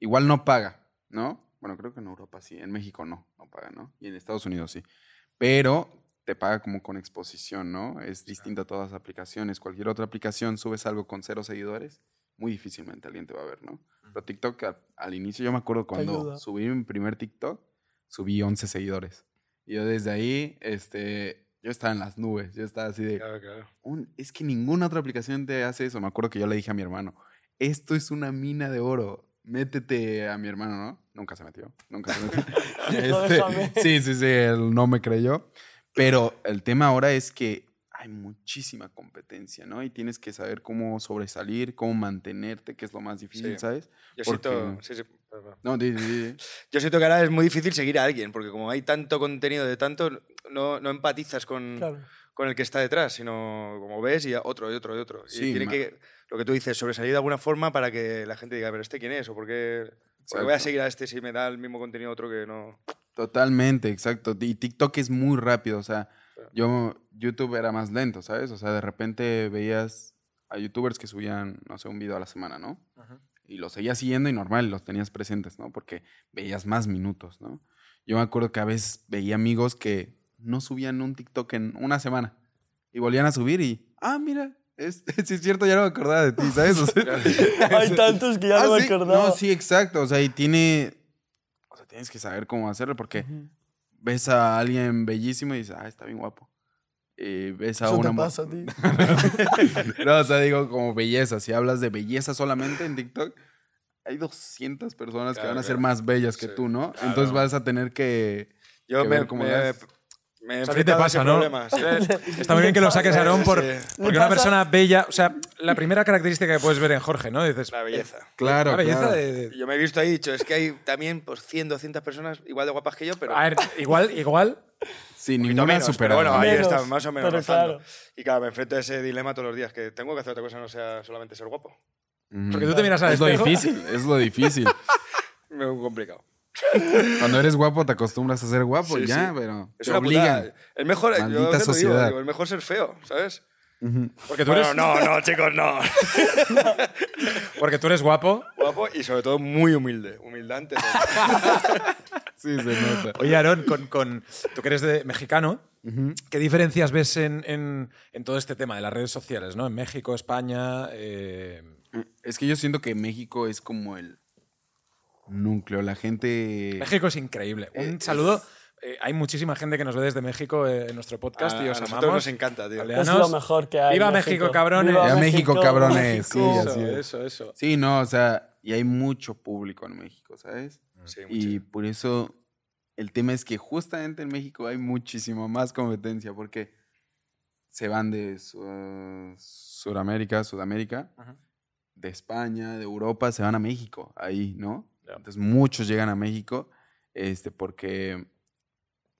Speaker 5: Igual no paga, ¿no? Bueno, creo que en Europa sí, en México no, no paga, ¿no? Y en Estados Unidos sí. Pero te paga como con exposición, ¿no? Es distinta a todas las aplicaciones. Cualquier otra aplicación, subes algo con cero seguidores, muy difícilmente alguien te va a ver, ¿no? Pero TikTok al, al inicio, yo me acuerdo
Speaker 3: ayuda.
Speaker 5: cuando subí mi primer TikTok, subí 11 seguidores. Y yo desde ahí, este, yo estaba en las nubes, yo estaba así de,
Speaker 6: Claro, claro.
Speaker 5: un- es que ninguna otra aplicación te hace eso. Me acuerdo que yo le dije a mi hermano, esto es una mina de oro. Métete a mi hermano, ¿no? Nunca se metió. Nunca se metió. Este,
Speaker 3: déjame.
Speaker 5: sí, sí, sí, él no me creyó. Pero el tema ahora es que hay muchísima competencia, ¿no? Y tienes que saber cómo sobresalir, cómo mantenerte, que es lo más difícil,
Speaker 6: Sí.
Speaker 5: ¿sabes?
Speaker 6: Yo
Speaker 5: Porque-
Speaker 6: siento, sí, sí, perdón.
Speaker 5: No, di, di, di.
Speaker 6: Yo siento que ahora es muy difícil seguir a alguien, porque como hay tanto contenido de tanto, no, no empatizas
Speaker 1: Mm.
Speaker 6: con,
Speaker 3: Claro.
Speaker 6: con el que está detrás, sino como ves y a otro y otro y otro. y
Speaker 5: Sí,
Speaker 6: tiene
Speaker 5: ma-
Speaker 6: que, lo que tú dices, sobresalir de alguna forma para que la gente diga, pero este quién es o por qué, por qué voy a
Speaker 5: Exacto.
Speaker 6: seguir a este si me da el mismo contenido otro que no.
Speaker 5: Totalmente, exacto. Y TikTok es muy rápido, o sea, yo YouTube era más lento, ¿sabes? O sea, de repente veías a youtubers que subían, no sé, un video a la semana, ¿no? Y los seguías siguiendo y normal, los tenías presentes, ¿no? Porque veías más minutos, ¿no? Yo me acuerdo que a veces veía amigos que no subían un TikTok en una semana y volvían a subir y, ah, mira, es, sí es cierto, ya no me acordaba de ti, ¿sabes? O sea,
Speaker 3: Hay tantos que ya
Speaker 5: Ah,
Speaker 3: no me
Speaker 5: sí.
Speaker 3: acordaba.
Speaker 5: No, sí, exacto. O sea, y tiene. O sea, tienes que saber cómo hacerlo porque ves a alguien bellísimo y dices, ah, está bien guapo. Y ves a
Speaker 3: Eso
Speaker 5: una.
Speaker 3: te
Speaker 5: mu-
Speaker 3: pasa a ti.
Speaker 5: no, o sea, digo, como belleza. Si hablas de belleza solamente en TikTok, hay 200 personas que
Speaker 6: Claro,
Speaker 5: van a ser
Speaker 6: claro.
Speaker 5: más bellas que
Speaker 6: Sí.
Speaker 5: tú, ¿no?
Speaker 6: Claro.
Speaker 5: Entonces vas a tener que.
Speaker 6: Yo
Speaker 5: que
Speaker 6: me,
Speaker 5: ver cómo
Speaker 6: me-
Speaker 5: das.
Speaker 6: me he
Speaker 1: O sea, a ti te
Speaker 6: enfrentado a
Speaker 1: pasa,
Speaker 6: ese
Speaker 1: ¿no?
Speaker 6: problema, sí.
Speaker 1: Está muy bien que lo saques, Aarón, por,
Speaker 6: Sí.
Speaker 1: porque una persona bella. O sea, la primera característica que puedes ver en Jorge, ¿no? Dices.
Speaker 6: la belleza.
Speaker 5: Claro,
Speaker 1: La belleza
Speaker 5: claro.
Speaker 1: de. de-
Speaker 6: Yo me he visto ahí y dicho, es que hay también pues, 100, 200 personas igual de guapas que yo, pero...
Speaker 1: A ver, igual, igual.
Speaker 5: Sin
Speaker 6: poquito
Speaker 5: ninguna
Speaker 6: menos, pero
Speaker 5: superada.
Speaker 6: bueno, ahí
Speaker 3: Menos,
Speaker 6: está, más o menos.
Speaker 3: pero
Speaker 6: rozando.
Speaker 3: claro.
Speaker 6: Y claro, me enfrento a ese dilema todos los días, que tengo que hacer otra cosa, no sea solamente ser guapo.
Speaker 5: Ujú.
Speaker 1: Porque tú te miras al
Speaker 5: Es lo
Speaker 1: espejo.
Speaker 5: difícil, es lo difícil.
Speaker 6: Me complicado.
Speaker 5: Cuando eres guapo te acostumbras a ser guapo,
Speaker 6: Sí,
Speaker 5: ya,
Speaker 6: sí.
Speaker 5: pero
Speaker 6: Es
Speaker 5: te
Speaker 6: una
Speaker 5: obligan.
Speaker 6: putada. El mejor, yo
Speaker 5: Maldita
Speaker 6: te lo Digo,
Speaker 5: sociedad.
Speaker 6: digo, el mejor ser feo, ¿sabes?
Speaker 1: Porque tú,
Speaker 6: Bueno,
Speaker 1: eres,
Speaker 6: no, no, chicos, no.
Speaker 1: porque tú eres guapo.
Speaker 6: Guapo y sobre todo muy humilde. Humildante. ¿no?
Speaker 5: Sí, se nota.
Speaker 1: Oye, Aarón, con, con- tú que eres de mexicano, ¿qué diferencias ves en, en- en todo este tema de las redes sociales, ¿no? En México, España. eh,
Speaker 5: Es que yo siento que México es como el núcleo. La gente.
Speaker 1: México es increíble. Un saludo. Eh, hay muchísima gente que nos ve desde México eh, en nuestro podcast
Speaker 6: A-
Speaker 1: y
Speaker 6: a
Speaker 1: os
Speaker 6: nosotros
Speaker 1: amamos.
Speaker 6: nos encanta, tío.
Speaker 1: Aldeanos.
Speaker 3: Es lo mejor que hay,
Speaker 1: ¡Viva
Speaker 3: México.
Speaker 1: México, cabrones!
Speaker 3: Viva
Speaker 5: Ya México,
Speaker 3: México,
Speaker 5: cabrones. Sí,
Speaker 3: México.
Speaker 5: así
Speaker 1: eso,
Speaker 5: es.
Speaker 1: eso, eso.
Speaker 5: Sí, no, o sea, y hay mucho público en México, ¿sabes?
Speaker 6: Sí, mucho.
Speaker 5: Y por eso el tema es que justamente en México hay muchísima más competencia porque se van de Su- Sudamérica, Sudamérica, de España, de Europa, se van a México, ahí, ¿no? Entonces muchos llegan a México este, porque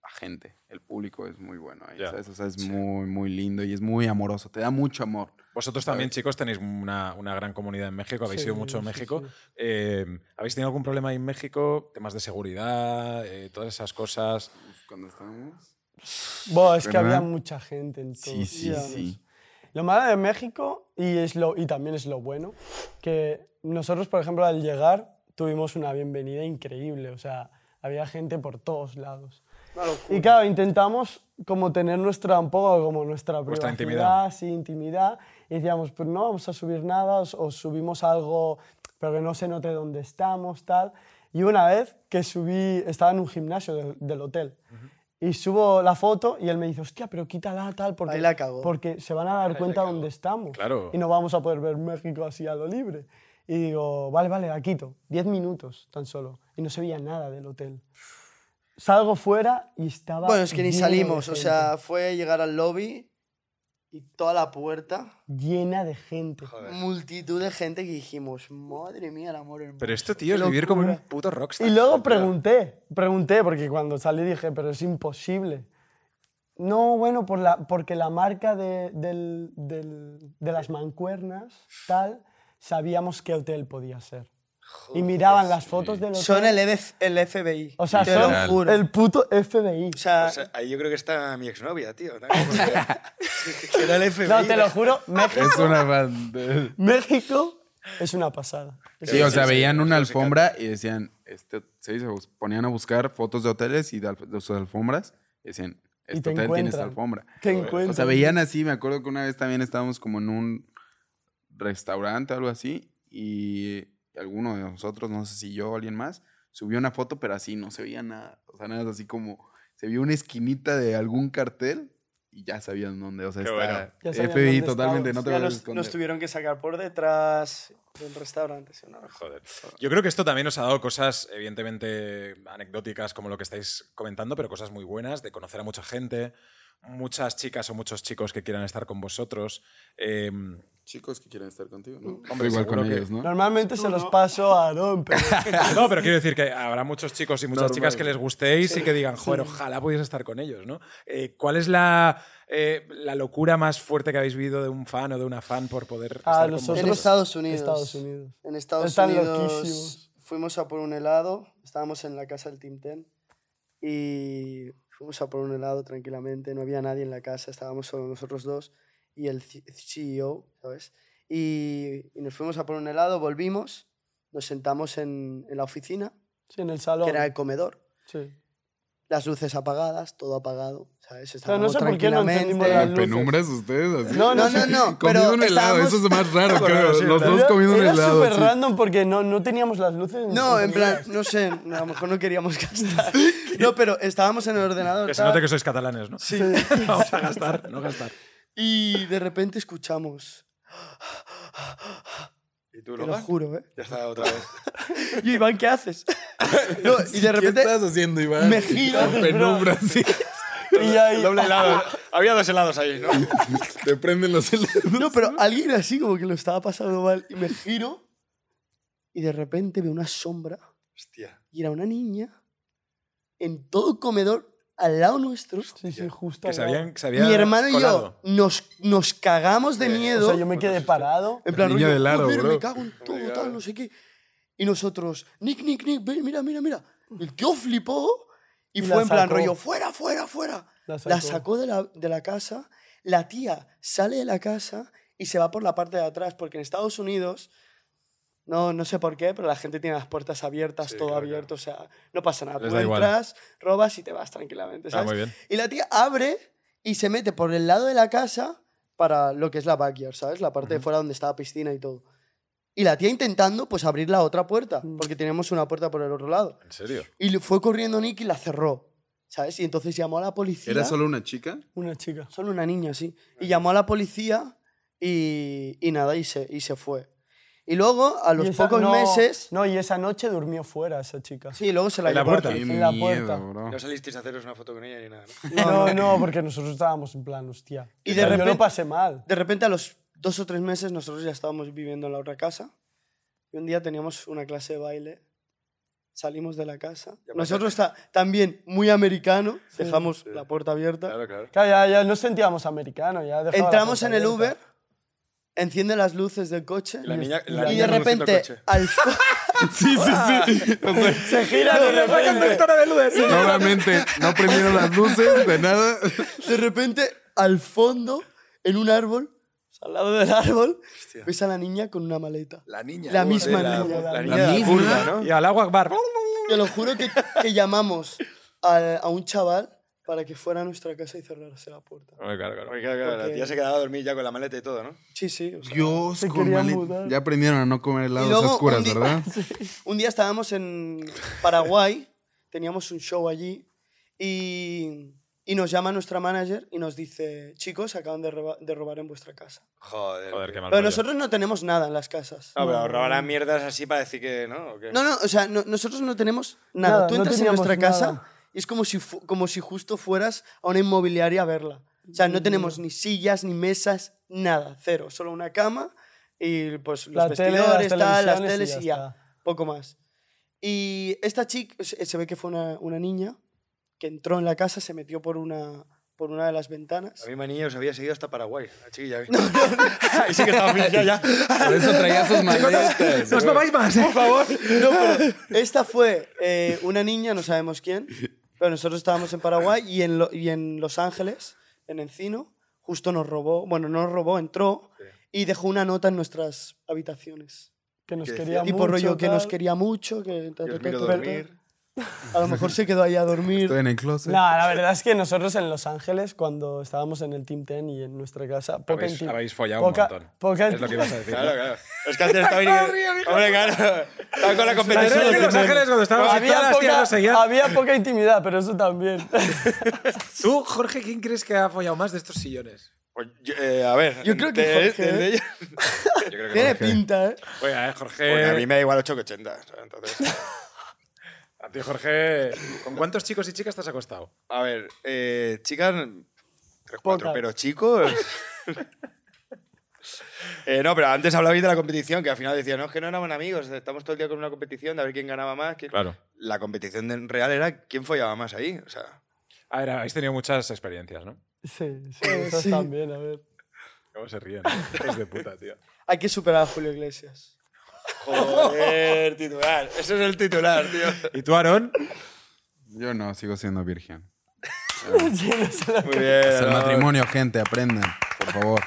Speaker 5: la gente, el público es muy bueno ahí,
Speaker 1: Ya.
Speaker 5: ¿sabes? O sea, es muy, muy lindo y es muy amoroso, te da mucho amor.
Speaker 1: Vosotros también, chicos, tenéis una, una gran comunidad en México, habéis
Speaker 3: Sí,
Speaker 1: ido mucho a
Speaker 3: sí,
Speaker 1: México.
Speaker 3: sí.
Speaker 1: Eh, ¿Habéis tenido algún problema ahí en México? Temas de seguridad, eh, todas esas cosas.
Speaker 5: Pues, Cuando estábamos...
Speaker 3: Buah, es que
Speaker 5: ¿Verdad?
Speaker 3: había mucha gente en todo.
Speaker 5: Sí, sí,
Speaker 3: Ya
Speaker 5: sí.
Speaker 3: ves. Lo malo de México, y, es lo, y también es lo bueno, que nosotros, por ejemplo, al llegar tuvimos una bienvenida increíble. O sea, había gente por todos lados. Y claro, intentamos como tener nuestra, un poco como nuestra
Speaker 1: Vuestra
Speaker 3: privacidad,
Speaker 1: intimidad.
Speaker 3: sí, intimidad. Y decíamos, pues no vamos a subir nada, os, os subimos algo, pero que no se note dónde estamos, tal. Y una vez que subí, estaba en un gimnasio del- del hotel. Y subo la foto y él me dice, hostia, pero quítala, tal, porque,
Speaker 4: Ahí la cagó.
Speaker 3: porque se van a dar cuenta dónde estamos.
Speaker 1: Claro.
Speaker 3: Y no vamos a poder ver México así a lo libre. Y digo, vale, vale, la quito. Diez minutos tan solo. Y no se veía nada del hotel. Salgo fuera y estaba.
Speaker 4: Bueno, es que ni
Speaker 3: lleno de
Speaker 4: salimos, o
Speaker 3: gente.
Speaker 4: sea, fue llegar al lobby y toda la puerta,
Speaker 3: Llena de gente.
Speaker 4: multitud de gente que dijimos, madre mía, el amor hermoso.
Speaker 1: Pero esto, tío, es
Speaker 4: qué
Speaker 1: vivir como un
Speaker 4: locura".
Speaker 1: puto rockstar.
Speaker 3: Y luego pregunté, pregunté, porque cuando salí dije, pero es imposible. No, bueno, por la, porque la marca de, del- del- de las mancuernas, tal, sabíamos qué hotel podía ser. y miraban las fotos de los.
Speaker 4: Son el, EBF el FBI.
Speaker 3: O sea,
Speaker 4: te lo
Speaker 3: son
Speaker 4: juro.
Speaker 3: el puto FBI.
Speaker 4: O sea,
Speaker 6: O sea, ahí yo creo que está mi exnovia, tío. ¿no? Porque- Era el FBI.
Speaker 3: No, te lo juro, México,
Speaker 5: Es una banda.
Speaker 3: México es una pasada. Es
Speaker 5: Sí, o sea,
Speaker 6: sí,
Speaker 5: veían
Speaker 6: sí,
Speaker 5: una
Speaker 6: sí, sí,
Speaker 5: alfombra y decían, este, sí, se bus- ponían a buscar fotos de hoteles y de, alf- de sus alfombras y decían,
Speaker 3: Y
Speaker 5: este
Speaker 3: te
Speaker 5: hotel tiene esta
Speaker 3: encuentran.
Speaker 5: alfombra.
Speaker 3: Te encuentran.
Speaker 5: O sea, veían así, me acuerdo que una vez también estábamos como en un restaurante o algo así y alguno de nosotros, no sé si yo o alguien más, subió una foto, pero así no se veía nada. O sea, nada así como, se vio una esquinita de algún cartel y ya sabían dónde. O sea,
Speaker 6: Qué
Speaker 5: está
Speaker 6: bueno.
Speaker 3: Ya sabían
Speaker 5: FBI
Speaker 3: dónde
Speaker 5: totalmente,
Speaker 3: estabas.
Speaker 5: no te
Speaker 4: ya
Speaker 5: vas a
Speaker 4: nos, nos
Speaker 5: esconder.
Speaker 4: tuvieron que sacar por detrás del restaurante. ¿sí o no?
Speaker 1: Yo creo que esto también os ha dado cosas, evidentemente, anecdóticas como lo que estáis comentando, pero cosas muy buenas, de conocer a mucha gente. muchas chicas o muchos chicos que quieran estar con vosotros. Eh,
Speaker 5: Chicos que quieren estar contigo, ¿no?
Speaker 1: Hombre,
Speaker 5: igual con
Speaker 1: seguro que-
Speaker 5: ellos, ¿no?
Speaker 3: Normalmente se los paso a Aarón, pero
Speaker 1: no, pero quiero decir que habrá muchos chicos y muchas
Speaker 5: Normal.
Speaker 1: chicas que les gustéis y que digan, joder, ojalá pudiese estar con ellos, ¿no? Eh, ¿Cuál es la, eh, la locura más fuerte que habéis vivido de un fan o de una fan por poder
Speaker 3: Ah,
Speaker 1: estar con
Speaker 3: nosotros-
Speaker 1: vosotros?
Speaker 4: En Estados Unidos.
Speaker 3: Estados Unidos.
Speaker 4: En Estados
Speaker 3: Están
Speaker 4: Unidos
Speaker 3: loquísimos.
Speaker 4: fuimos a por un helado, estábamos en la casa del Tim Ten y fuimos a por un helado tranquilamente, no había nadie en la casa, estábamos solo nosotros dos y el C- CEO, ¿sabes? Y, y nos fuimos a por un helado, volvimos, nos sentamos en, en la oficina,
Speaker 3: sí, en el
Speaker 4: que
Speaker 3: salón.
Speaker 4: era el comedor,
Speaker 3: Sí.
Speaker 4: las luces apagadas, todo apagado, ¿sabes?
Speaker 3: sea, no
Speaker 4: Estábamos
Speaker 3: sé por qué no entendimos
Speaker 4: tranquilamente.
Speaker 3: las
Speaker 5: ¿En
Speaker 3: luces.
Speaker 5: penumbras ustedes? Así.
Speaker 4: No, no, no, no, pero
Speaker 5: Comiendo un helado,
Speaker 4: estábamos-
Speaker 5: eso es más raro, creo.
Speaker 2: sí,
Speaker 5: Los
Speaker 2: claro.
Speaker 5: dos comiendo un
Speaker 3: era
Speaker 5: helado.
Speaker 3: súper
Speaker 5: sí.
Speaker 3: random porque no, no teníamos las luces. ni
Speaker 4: No, en plan,
Speaker 3: encendidas.
Speaker 4: no sé, a lo mejor no queríamos gastar. No, pero estábamos en el ordenador
Speaker 1: Que se
Speaker 4: tal,
Speaker 1: note que sois catalanes, ¿no? Sí. Vamos a gastar, no gastar.
Speaker 4: y de repente escuchamos,
Speaker 6: ¿Y tú,
Speaker 4: te lo
Speaker 6: Logan?
Speaker 4: juro, ¿eh?
Speaker 6: Ya está otra vez.
Speaker 4: Y yo, Iván, ¿qué haces? No, y de repente,
Speaker 5: ¿Qué estás haciendo, Iván?
Speaker 4: me giro,
Speaker 5: En penumbras, sí.
Speaker 3: Y ahí,
Speaker 6: Doble helado. Había dos helados ahí, ¿no?
Speaker 5: Te prenden los helados.
Speaker 4: no, pero alguien así como que lo estaba pasando mal y me giro y de repente veo una sombra
Speaker 6: Hostia.
Speaker 4: y era una niña en todo el comedor al lado nuestro.
Speaker 3: sí, sí, justo.
Speaker 1: Que
Speaker 3: al
Speaker 1: se
Speaker 3: lado.
Speaker 1: habían, que se habían
Speaker 4: Mi hermano y yo
Speaker 1: colado.
Speaker 4: nos, nos cagamos de
Speaker 3: O
Speaker 4: miedo.
Speaker 3: sea, yo me quedé parado.
Speaker 4: En plan,
Speaker 5: Niña
Speaker 4: rollo,
Speaker 5: del aro,
Speaker 4: "Joder,
Speaker 5: bro".
Speaker 4: me cago en todo, tal, no sé qué. Y nosotros, Nick, Nick, Nick, ven, mira, mira, mira. El tío flipó y,
Speaker 3: Y
Speaker 4: fue
Speaker 3: la
Speaker 4: en plan,
Speaker 3: sacó.
Speaker 4: rollo, fuera, fuera, fuera.
Speaker 3: La
Speaker 4: La
Speaker 3: sacó.
Speaker 4: sacó, de, la, de la casa. La tía sale de la casa y se va por la parte de atrás, porque en Estados Unidos, no, no sé por qué, pero la gente tiene las puertas abiertas, todo abierto, o sea, no pasa nada.
Speaker 1: Les
Speaker 4: Tú
Speaker 1: da igual.
Speaker 4: entras, robas y te vas tranquilamente,
Speaker 1: Ah,
Speaker 4: ¿sabes?
Speaker 1: muy bien.
Speaker 4: Y la tía abre y se mete por el lado de la casa para lo que es la backyard, ¿sabes? La parte de fuera donde está la piscina y todo. Y la tía intentando, pues, abrir la otra puerta,
Speaker 1: Mm.
Speaker 4: porque tenemos una puerta por el otro lado.
Speaker 1: ¿En serio?
Speaker 4: Y le- fue corriendo Nick y la cerró, ¿sabes? Y entonces llamó a la policía.
Speaker 5: ¿Era solo una chica?
Speaker 3: Una chica.
Speaker 4: Solo una niña, sí. Y llamó a la policía y, y nada, y se, y se fue. Y luego, a los
Speaker 3: Y esa-
Speaker 4: pocos
Speaker 3: no,
Speaker 4: meses...
Speaker 3: No, y esa noche durmió fuera esa chica.
Speaker 4: Sí, luego se la
Speaker 1: En la
Speaker 4: llevó.
Speaker 1: puerta.
Speaker 5: Qué
Speaker 3: En la puerta.
Speaker 5: miedo, bro.
Speaker 6: No salisteis a haceros una foto con ella ni nada, ¿no?
Speaker 3: No, no, porque nosotros estábamos en plan, hostia.
Speaker 4: Y
Speaker 3: O
Speaker 4: de
Speaker 3: sea, Yo
Speaker 4: repente-
Speaker 3: lo pasé mal.
Speaker 4: De repente a los dos o tres meses nosotros ya estábamos viviendo en la otra casa y un día teníamos una clase de baile, salimos de la casa. Nosotros ta- también muy americano, dejamos la puerta abierta,
Speaker 6: Claro, claro.
Speaker 3: Claro, ya, ya nos sentíamos americanos. Ya dejaba la
Speaker 4: entramos en
Speaker 3: puerta
Speaker 4: el Uber,
Speaker 3: abierta.
Speaker 4: enciende las luces del coche
Speaker 6: La niña,
Speaker 4: y
Speaker 6: la
Speaker 4: de
Speaker 6: niña conduciendo el
Speaker 4: repente
Speaker 6: coche.
Speaker 4: al fo-
Speaker 5: Sí, sí, sí. O sea,
Speaker 3: Se gira de repente.
Speaker 5: Normalmente no prendieron las luces de nada.
Speaker 4: de repente al fondo en un árbol, o sea, al lado del árbol, ves a la niña con una maleta.
Speaker 5: La niña.
Speaker 4: La misma
Speaker 6: la,
Speaker 4: niña.
Speaker 6: la
Speaker 5: La
Speaker 6: niña de la
Speaker 5: misma.
Speaker 6: curva, ¿no?
Speaker 1: Y al agua bar.
Speaker 4: Te lo juro que, que llamamos a, a un chaval para que fuera a nuestra casa y cerrase la puerta.
Speaker 6: Porque, claro, claro, la
Speaker 4: Porque-
Speaker 6: tía se quedaba a dormir ya con la maleta y todo, ¿no?
Speaker 4: Sí, sí. o sea.
Speaker 5: Dios,
Speaker 3: Se
Speaker 5: con
Speaker 3: quería
Speaker 5: maleta.
Speaker 3: mudar.
Speaker 5: Ya aprendieron a no comer helados
Speaker 4: luego
Speaker 5: a oscuras,
Speaker 4: un día-
Speaker 5: ¿verdad?
Speaker 4: Un día estábamos en Paraguay, teníamos un show allí y, y nos llama nuestra manager y nos dice, chicos, acaban de, roba- de robar en vuestra casa.
Speaker 6: Joder.
Speaker 1: Joder, qué mal.
Speaker 4: Pero
Speaker 1: rollo.
Speaker 4: nosotros no tenemos nada en las casas.
Speaker 6: No, pero robarán mierdas así para decir que no, ¿o qué?
Speaker 4: No, no, o sea, no- nosotros no tenemos nada.
Speaker 3: Nada,
Speaker 4: Tú
Speaker 3: no
Speaker 4: entras en
Speaker 3: teníamos
Speaker 4: nuestra casa
Speaker 3: nada.
Speaker 4: y es como si, fu- como si justo fueras a una inmobiliaria a verla. O sea, no
Speaker 3: Mm.
Speaker 4: tenemos ni sillas, ni mesas, nada, cero. Solo una cama y pues los
Speaker 3: La tele, las
Speaker 4: vestidores, tal, las
Speaker 3: televisiones y
Speaker 4: teles
Speaker 3: ya
Speaker 4: y ya,
Speaker 3: está.
Speaker 4: poco más. Y esta chica, se se ve que fue una, una niña que entró en la casa, se metió por una, por una de las ventanas.
Speaker 6: La misma niña os había seguido hasta Paraguay. La chiquilla. ¿eh? Ahí sí que estaba bien, ya, ya.
Speaker 5: Por eso traía sus maletas.
Speaker 1: ¡Nos
Speaker 5: bro.
Speaker 1: mamáis más! Por favor.
Speaker 4: No, pero esta fue eh, una niña, no sabemos quién, pero nosotros estábamos en Paraguay y en, Lo- y en Los Ángeles, en Encino, justo nos robó, bueno, no nos robó, entró y dejó una nota en nuestras habitaciones.
Speaker 3: Que nos
Speaker 6: Que
Speaker 3: quería
Speaker 4: tipo
Speaker 3: mucho,
Speaker 4: rollo que
Speaker 3: tal.
Speaker 4: nos quería mucho, que ta, ta,
Speaker 6: Yo os
Speaker 4: ta,
Speaker 6: miro
Speaker 4: ta, ta.
Speaker 6: dormir.
Speaker 4: A lo mejor se quedó ahí a dormir.
Speaker 5: Estoy en el closet.
Speaker 3: No, la verdad es que nosotros en Los Ángeles, cuando estábamos en el Team Ten y en nuestra casa, poca
Speaker 1: Habéis,
Speaker 3: inti-
Speaker 1: habéis follado un
Speaker 3: poca-
Speaker 1: montón.
Speaker 3: poca-
Speaker 1: es lo que ibas a decir.
Speaker 6: Claro, claro. Es que antes estaba bien. Hombre, claro. Estaba con la
Speaker 1: La
Speaker 6: competencia.
Speaker 1: verdad es que en Los
Speaker 6: del
Speaker 1: Ángeles, cuando estábamos aquí,
Speaker 3: había,
Speaker 1: todas las tías
Speaker 3: poca,
Speaker 1: nos seguían.
Speaker 3: había poca intimidad, pero eso también.
Speaker 1: Tú, Jorge, ¿quién crees que ha follado más de estos sillones?
Speaker 6: Pues yo- eh, a ver.
Speaker 4: Yo creo que
Speaker 6: de- de-
Speaker 4: Jorge,
Speaker 6: de-
Speaker 4: ¿eh?
Speaker 1: Yo creo
Speaker 4: Tiene pinta, ¿eh?
Speaker 1: Oye, eh,
Speaker 6: Porque a mí
Speaker 1: Jorge.
Speaker 6: me da igual 8 que 80. ¿sabes? Entonces,
Speaker 1: A ti, Jorge. ¿Con cuántos chicos y chicas te has acostado?
Speaker 6: a ver, eh, chicas, Tres,
Speaker 3: Pocas.
Speaker 6: cuatro, pero chicos. Eh, no, pero antes hablabais de la competición, que al final decía, no, es que no éramos amigos, estamos todo el día con una competición de a ver quién ganaba más. quién-".
Speaker 1: Claro.
Speaker 6: La competición de- real era quién follaba más ahí. O sea,
Speaker 1: A ver, habéis tenido muchas experiencias, ¿no?
Speaker 3: Sí, sí,
Speaker 4: Eh,
Speaker 3: esas también, a ver.
Speaker 1: ¿Cómo se ríen? Es de puta, tío.
Speaker 4: Hay que superar a Julio Iglesias.
Speaker 6: joder, titular. Ese es el titular, tío.
Speaker 1: ¿Y tú, Aarón?
Speaker 5: Yo no, sigo siendo virgen.
Speaker 3: Sí, no sé la-
Speaker 6: Muy bien.
Speaker 5: Es el
Speaker 6: ¿no?
Speaker 5: matrimonio, gente, aprendan, por favor.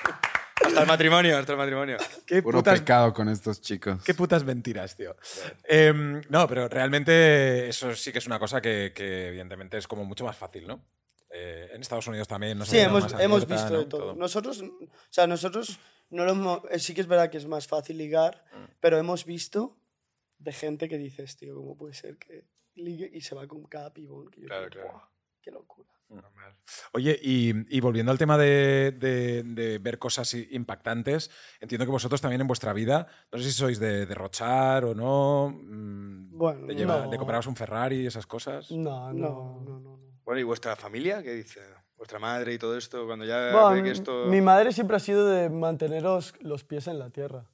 Speaker 6: Hasta el matrimonio, hasta el matrimonio.
Speaker 1: ¿Qué
Speaker 5: Puro
Speaker 1: putas,
Speaker 5: pecado con estos chicos.
Speaker 1: qué putas mentiras, tío. Em, no, pero realmente eso sí que es una cosa que, que evidentemente es como mucho más fácil, ¿no? Eh, en Estados Unidos también nos
Speaker 4: Sí,
Speaker 1: han dado
Speaker 4: hemos,
Speaker 1: más
Speaker 4: hemos
Speaker 1: abierta,
Speaker 4: visto
Speaker 1: ¿no?
Speaker 4: de todo. Nosotros, o sea, nosotros no lo hemos- eh, sí que es verdad que es más fácil ligar, pero hemos visto de gente que dices, tío, ¿cómo puede ser que ligue y se va con cada pibón? Que yo
Speaker 6: Claro,
Speaker 4: digo,
Speaker 6: claro.
Speaker 4: "Buah, Qué locura.
Speaker 1: Oye, y, y volviendo al tema de, de- de ver cosas i- impactantes, entiendo que vosotros también en vuestra vida, no sé si sois de derrochar o no, mm,
Speaker 4: Bueno,
Speaker 1: de, llevar-
Speaker 3: no.
Speaker 1: de compraros un Ferrari y esas cosas.
Speaker 3: No,
Speaker 4: No,
Speaker 3: no.
Speaker 4: no, no. no.
Speaker 6: Bueno, ¿y vuestra familia qué dice? ¿Vuestra madre y todo esto? Cuando ya
Speaker 3: Bueno,
Speaker 6: ve Eh, que
Speaker 3: mi,
Speaker 6: esto...
Speaker 3: mi madre siempre ha sido de manteneros los pies en la tierra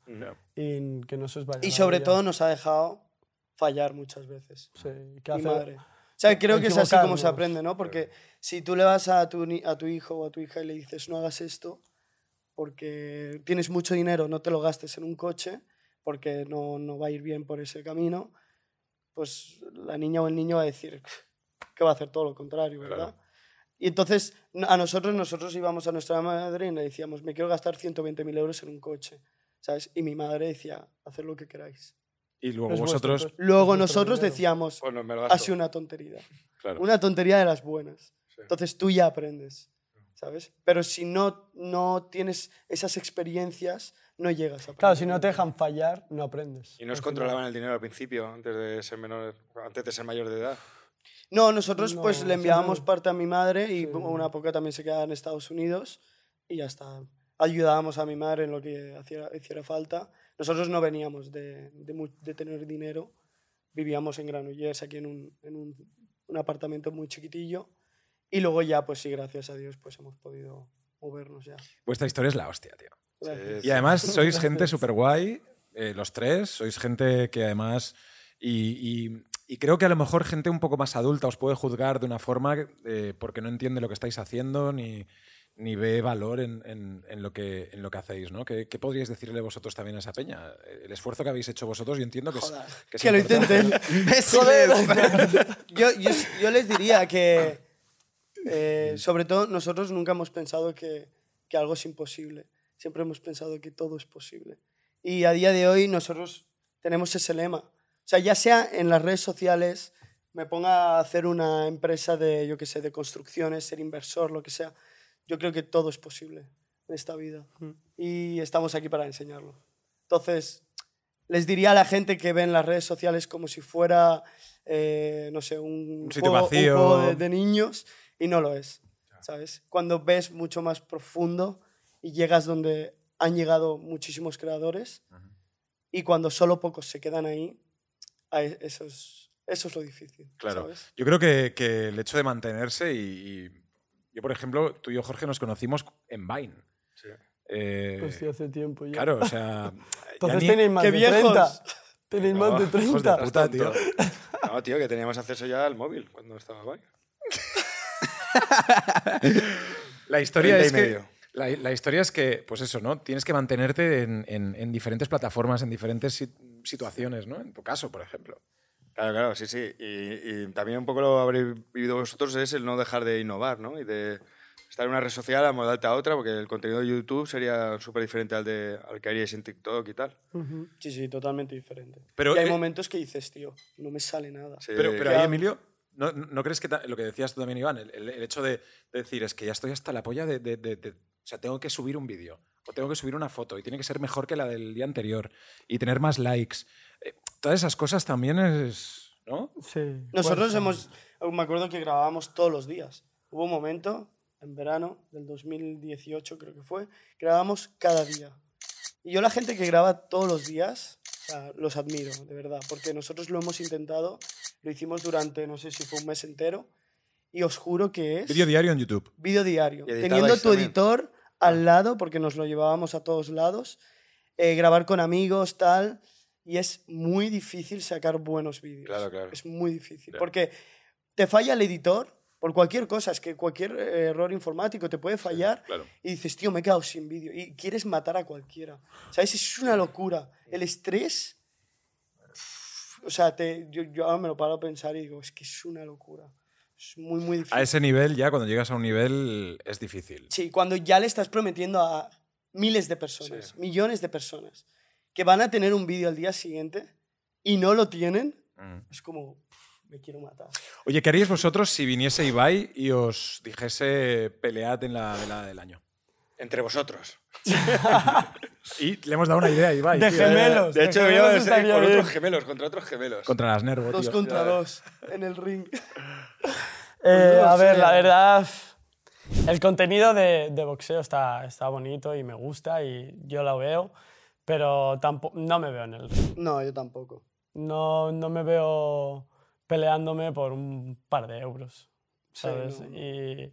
Speaker 3: y que no se os vaya
Speaker 4: Y
Speaker 3: la
Speaker 4: sobre
Speaker 3: olla.
Speaker 4: todo nos ha dejado fallar muchas veces.
Speaker 3: Sí, que
Speaker 4: Mi
Speaker 3: hace-
Speaker 4: madre. O sea, creo que es así como se
Speaker 3: equivocarnos.
Speaker 4: aprende, ¿no? Porque si tú le vas a tu, ni- a tu hijo o a tu hija y le dices, no hagas esto porque tienes mucho dinero, no te lo gastes en un coche, porque no, no va a ir bien por ese camino, pues la niña o el niño va a decir que va a hacer todo lo contrario, ¿verdad? Y entonces n- a nosotros, nosotros íbamos a nuestra madre y le decíamos, me quiero gastar 120.000 euros en un coche, ¿sabes? Y mi madre decía, haced lo que queráis.
Speaker 1: Y luego
Speaker 3: Es vuestro,
Speaker 1: vosotros...
Speaker 3: entonces, es
Speaker 4: Luego
Speaker 3: vuestro
Speaker 4: nosotros
Speaker 3: dinero.
Speaker 4: decíamos,
Speaker 6: Pues no me lo
Speaker 4: ha
Speaker 6: gasto.
Speaker 4: sido una tontería.
Speaker 1: Claro.
Speaker 4: Una tontería de las buenas.
Speaker 6: Sí.
Speaker 4: Entonces tú ya aprendes, ¿sabes? Pero si no, no tienes esas experiencias, no llegas a aprender.
Speaker 3: Claro, si no te dejan fallar, no aprendes.
Speaker 6: Y no os
Speaker 3: Al final.
Speaker 6: controlaban el dinero al principio, antes de ser menor, antes de ser mayor de edad.
Speaker 4: No, nosotros pues
Speaker 3: No,
Speaker 4: le enviábamos
Speaker 3: siempre-
Speaker 4: parte a mi madre y una poca también se quedaba en Estados Unidos y ya está. Ayudábamos a mi madre en lo que hiciera, hiciera falta. Nosotros no veníamos de, de mu- de tener dinero. Vivíamos en Granollers, aquí en, un, en un- un apartamento muy chiquitillo. Y luego ya, pues sí, gracias a Dios, pues hemos podido movernos ya.
Speaker 1: Vuestra historia es la hostia, tío.
Speaker 4: Gracias.
Speaker 1: Y además sois gente súper guay, los tres, sois gente que además... Y, y- y creo que a lo mejor gente un poco más adulta os puede juzgar de una forma eh, porque no entiende lo que estáis haciendo ni, ni ve valor en, en- en lo que, en lo que hacéis, ¿no? ¿Qué, qué podríais decirle vosotros también a esa peña? El esfuerzo que habéis hecho vosotros, yo entiendo que es-
Speaker 4: Joder,
Speaker 1: que es
Speaker 4: que lo
Speaker 1: importante.
Speaker 4: intenten.
Speaker 5: ¡Imbéciles!
Speaker 4: yo, yo, yo les diría que, eh, sobre todo, nosotros nunca hemos pensado que, que algo es imposible. Siempre hemos pensado que todo es posible. Y a día de hoy nosotros tenemos ese lema. O sea, ya sea en las redes sociales, me ponga a hacer una empresa de, yo qué sé, de construcciones, ser inversor, lo que sea. Yo creo que todo es posible en esta vida.
Speaker 1: Mm.
Speaker 4: Y estamos aquí para enseñarlo. Entonces, les diría a la gente que ven las redes sociales como si fuera, eh, no sé, un,
Speaker 1: Un sitio
Speaker 4: juego, un
Speaker 1: vacío.
Speaker 4: juego de, de niños y no lo es, ¿sabes? Cuando ves mucho más profundo y llegas donde han llegado muchísimos creadores y cuando solo pocos se quedan ahí, a e- eso es, eso es lo difícil,
Speaker 1: Claro.
Speaker 4: ¿sabes?
Speaker 1: Yo creo que, que el hecho de mantenerse y, y- Yo, por ejemplo, tú y yo, Jorge, nos conocimos en Vine. Eh,
Speaker 4: Pues
Speaker 3: Hostia, pues, hace tiempo ya.
Speaker 1: claro, o sea... ya
Speaker 3: Entonces
Speaker 1: ni-
Speaker 3: tenéis más
Speaker 4: ¡Qué
Speaker 3: de
Speaker 4: viejos!
Speaker 3: 30. Tenéis
Speaker 6: No,
Speaker 3: más de
Speaker 6: hijos de
Speaker 3: 30.
Speaker 1: puta. Puta, tío.
Speaker 6: No, tío, que teníamos acceso ya al móvil cuando estaba guay.
Speaker 1: La historia
Speaker 6: 30 y
Speaker 1: es que.
Speaker 6: medio.
Speaker 1: La, la historia es que, pues eso, ¿no? Tienes que mantenerte en, en- en diferentes plataformas, en diferentes sit- situaciones, ¿no? En tu caso, por ejemplo.
Speaker 6: Claro, claro, sí, sí. Y, y también un poco lo habréis vivido vosotros es el no dejar de innovar, ¿no? Y de estar en una red social, amodarte a otra, porque el contenido de YouTube sería súper diferente al, de, al que haríais en TikTok y tal.
Speaker 4: Sí, sí, totalmente diferente.
Speaker 1: Pero,
Speaker 4: y hay
Speaker 1: eh,
Speaker 4: momentos que dices, tío, no me sale nada.
Speaker 6: Sí,
Speaker 1: pero pero ahí,
Speaker 6: claro.
Speaker 1: Emilio, ¿no, no crees que ta- lo que decías tú también, Iván, el, el- el hecho de, de decir es que ya estoy hasta la polla de. de- de- de- o sea, tengo que subir un vídeo o tengo que subir una foto y tiene que ser mejor que la del día anterior y tener más likes. Eh, todas esas cosas también es. ¿No?
Speaker 3: Sí.
Speaker 4: Nosotros
Speaker 3: Bueno,
Speaker 4: hemos, me acuerdo que grabábamos todos los días. Hubo un momento, en verano del 2018 creo que fue, grabábamos cada día. Y yo la gente que graba todos los días, o sea, los admiro, de verdad, porque nosotros lo hemos intentado, lo hicimos durante, no sé si fue un mes entero, y os juro que es
Speaker 1: Vídeo diario en YouTube.
Speaker 4: vídeo diario.
Speaker 6: Y editabais
Speaker 4: Teniendo tu
Speaker 6: también. Ah.
Speaker 4: editor al lado, porque nos lo llevábamos a todos lados, eh, grabar con amigos, tal, y es muy difícil sacar buenos vídeos.
Speaker 6: Claro, claro.
Speaker 4: Es muy difícil,
Speaker 6: Claro.
Speaker 4: porque te falla el editor por cualquier cosa, es que cualquier eh, error informático te puede fallar
Speaker 6: claro.
Speaker 4: y dices, tío, me he quedado sin vídeo, y quieres matar a cualquiera. ¿Sabes? Es una locura. El estrés... pff, O sea, te- yo, yo ahora me lo paro a pensar y digo, es que es una locura. Es muy,
Speaker 6: Ah,
Speaker 4: muy difícil.
Speaker 1: A ese nivel, ya cuando llegas a un nivel, es difícil.
Speaker 4: Sí, cuando ya le estás prometiendo a miles de personas, millones de personas, que van a tener un vídeo al día siguiente y no lo tienen,
Speaker 1: Mm.
Speaker 4: es como, "Pff, me quiero matar.
Speaker 1: Oye, ¿qué haríais vosotros si viniese Ibai y os dijese pelead en la velada del año?
Speaker 6: Entre vosotros.
Speaker 1: Y le hemos dado una idea a Ibai.
Speaker 3: De
Speaker 1: tío.
Speaker 3: gemelos.
Speaker 6: De hecho,
Speaker 3: gemelos
Speaker 6: yo es
Speaker 3: estaría
Speaker 6: con
Speaker 3: bien.
Speaker 6: otros gemelos, contra otros gemelos.
Speaker 1: Contra las Nervo,
Speaker 4: Dos
Speaker 1: tío.
Speaker 4: contra dos en el ring.
Speaker 3: Eh,
Speaker 4: No
Speaker 3: a ver,
Speaker 4: sé.
Speaker 3: la verdad, el contenido de, de boxeo está, está bonito y me gusta y yo lo veo, pero tampoco, no me veo en el ring.
Speaker 4: No, yo tampoco.
Speaker 3: No, no me veo peleándome por un par de euros,
Speaker 4: Sí,
Speaker 3: ¿sabes?
Speaker 4: no, no.
Speaker 3: Y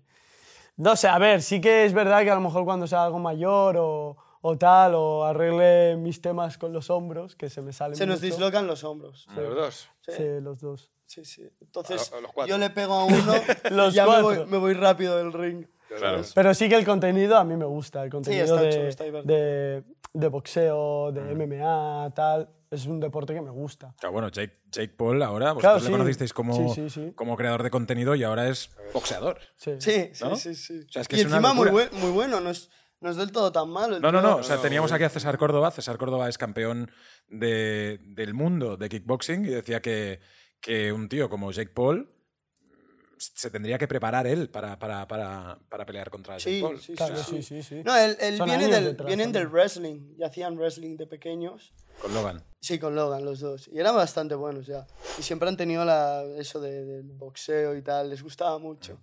Speaker 3: no sé, a ver, sí que es verdad que a lo mejor cuando sea algo mayor o, o tal, o arregle mis temas con los hombros, que se me salen
Speaker 4: Se nos
Speaker 3: mucho.
Speaker 4: dislocan los hombros.
Speaker 1: Mm.
Speaker 6: A Los dos.
Speaker 4: Sí, sí.
Speaker 3: Sí, los dos.
Speaker 4: sí, Entonces,
Speaker 6: A- a los cuatro.
Speaker 4: yo le pego a uno
Speaker 3: Los
Speaker 4: y ya me voy,
Speaker 3: cuatro.
Speaker 4: me voy rápido del ring.
Speaker 6: Claro.
Speaker 3: Pero sí que el contenido a mí me gusta, el contenido
Speaker 4: está
Speaker 3: de,
Speaker 4: chulo, está divertido.
Speaker 3: de, de boxeo, de MMA, tal. Es un deporte que me gusta.
Speaker 1: Ah, bueno, Jake, Jake Paul ahora, vosotros
Speaker 3: Claro,
Speaker 1: le
Speaker 3: sí.
Speaker 1: conocisteis como,
Speaker 3: Sí, sí, sí.
Speaker 1: como creador de contenido y ahora es boxeador.
Speaker 3: Sí.
Speaker 4: Sí, sí,
Speaker 1: ¿No?
Speaker 4: sí, sí.
Speaker 1: sea, es que
Speaker 4: y
Speaker 1: es una
Speaker 4: encima muy,
Speaker 1: locura.
Speaker 4: buen- muy bueno, no es, no es del todo tan malo. el
Speaker 1: No, no,
Speaker 4: tío.
Speaker 1: no. O sea, teníamos aquí a César Córdoba. César Córdoba es campeón de- del mundo de kickboxing y decía que, que un tío como Jake Paul mm, se tendría que preparar él para, para, para, para pelear contra
Speaker 4: Sí,
Speaker 1: Jake Paul.
Speaker 4: sí,
Speaker 3: Claro,
Speaker 4: sí,
Speaker 3: sí, sí, sí.
Speaker 4: No, él, él
Speaker 3: Son
Speaker 4: viene
Speaker 3: años
Speaker 4: del,
Speaker 3: detrás
Speaker 4: vienen del
Speaker 3: también.
Speaker 4: wrestling y hacían wrestling de pequeños.
Speaker 1: Con Logan.
Speaker 4: Sí, con Logan, los dos. Y eran bastante buenos ya. Y siempre han tenido la, eso de- del boxeo y tal, les gustaba mucho.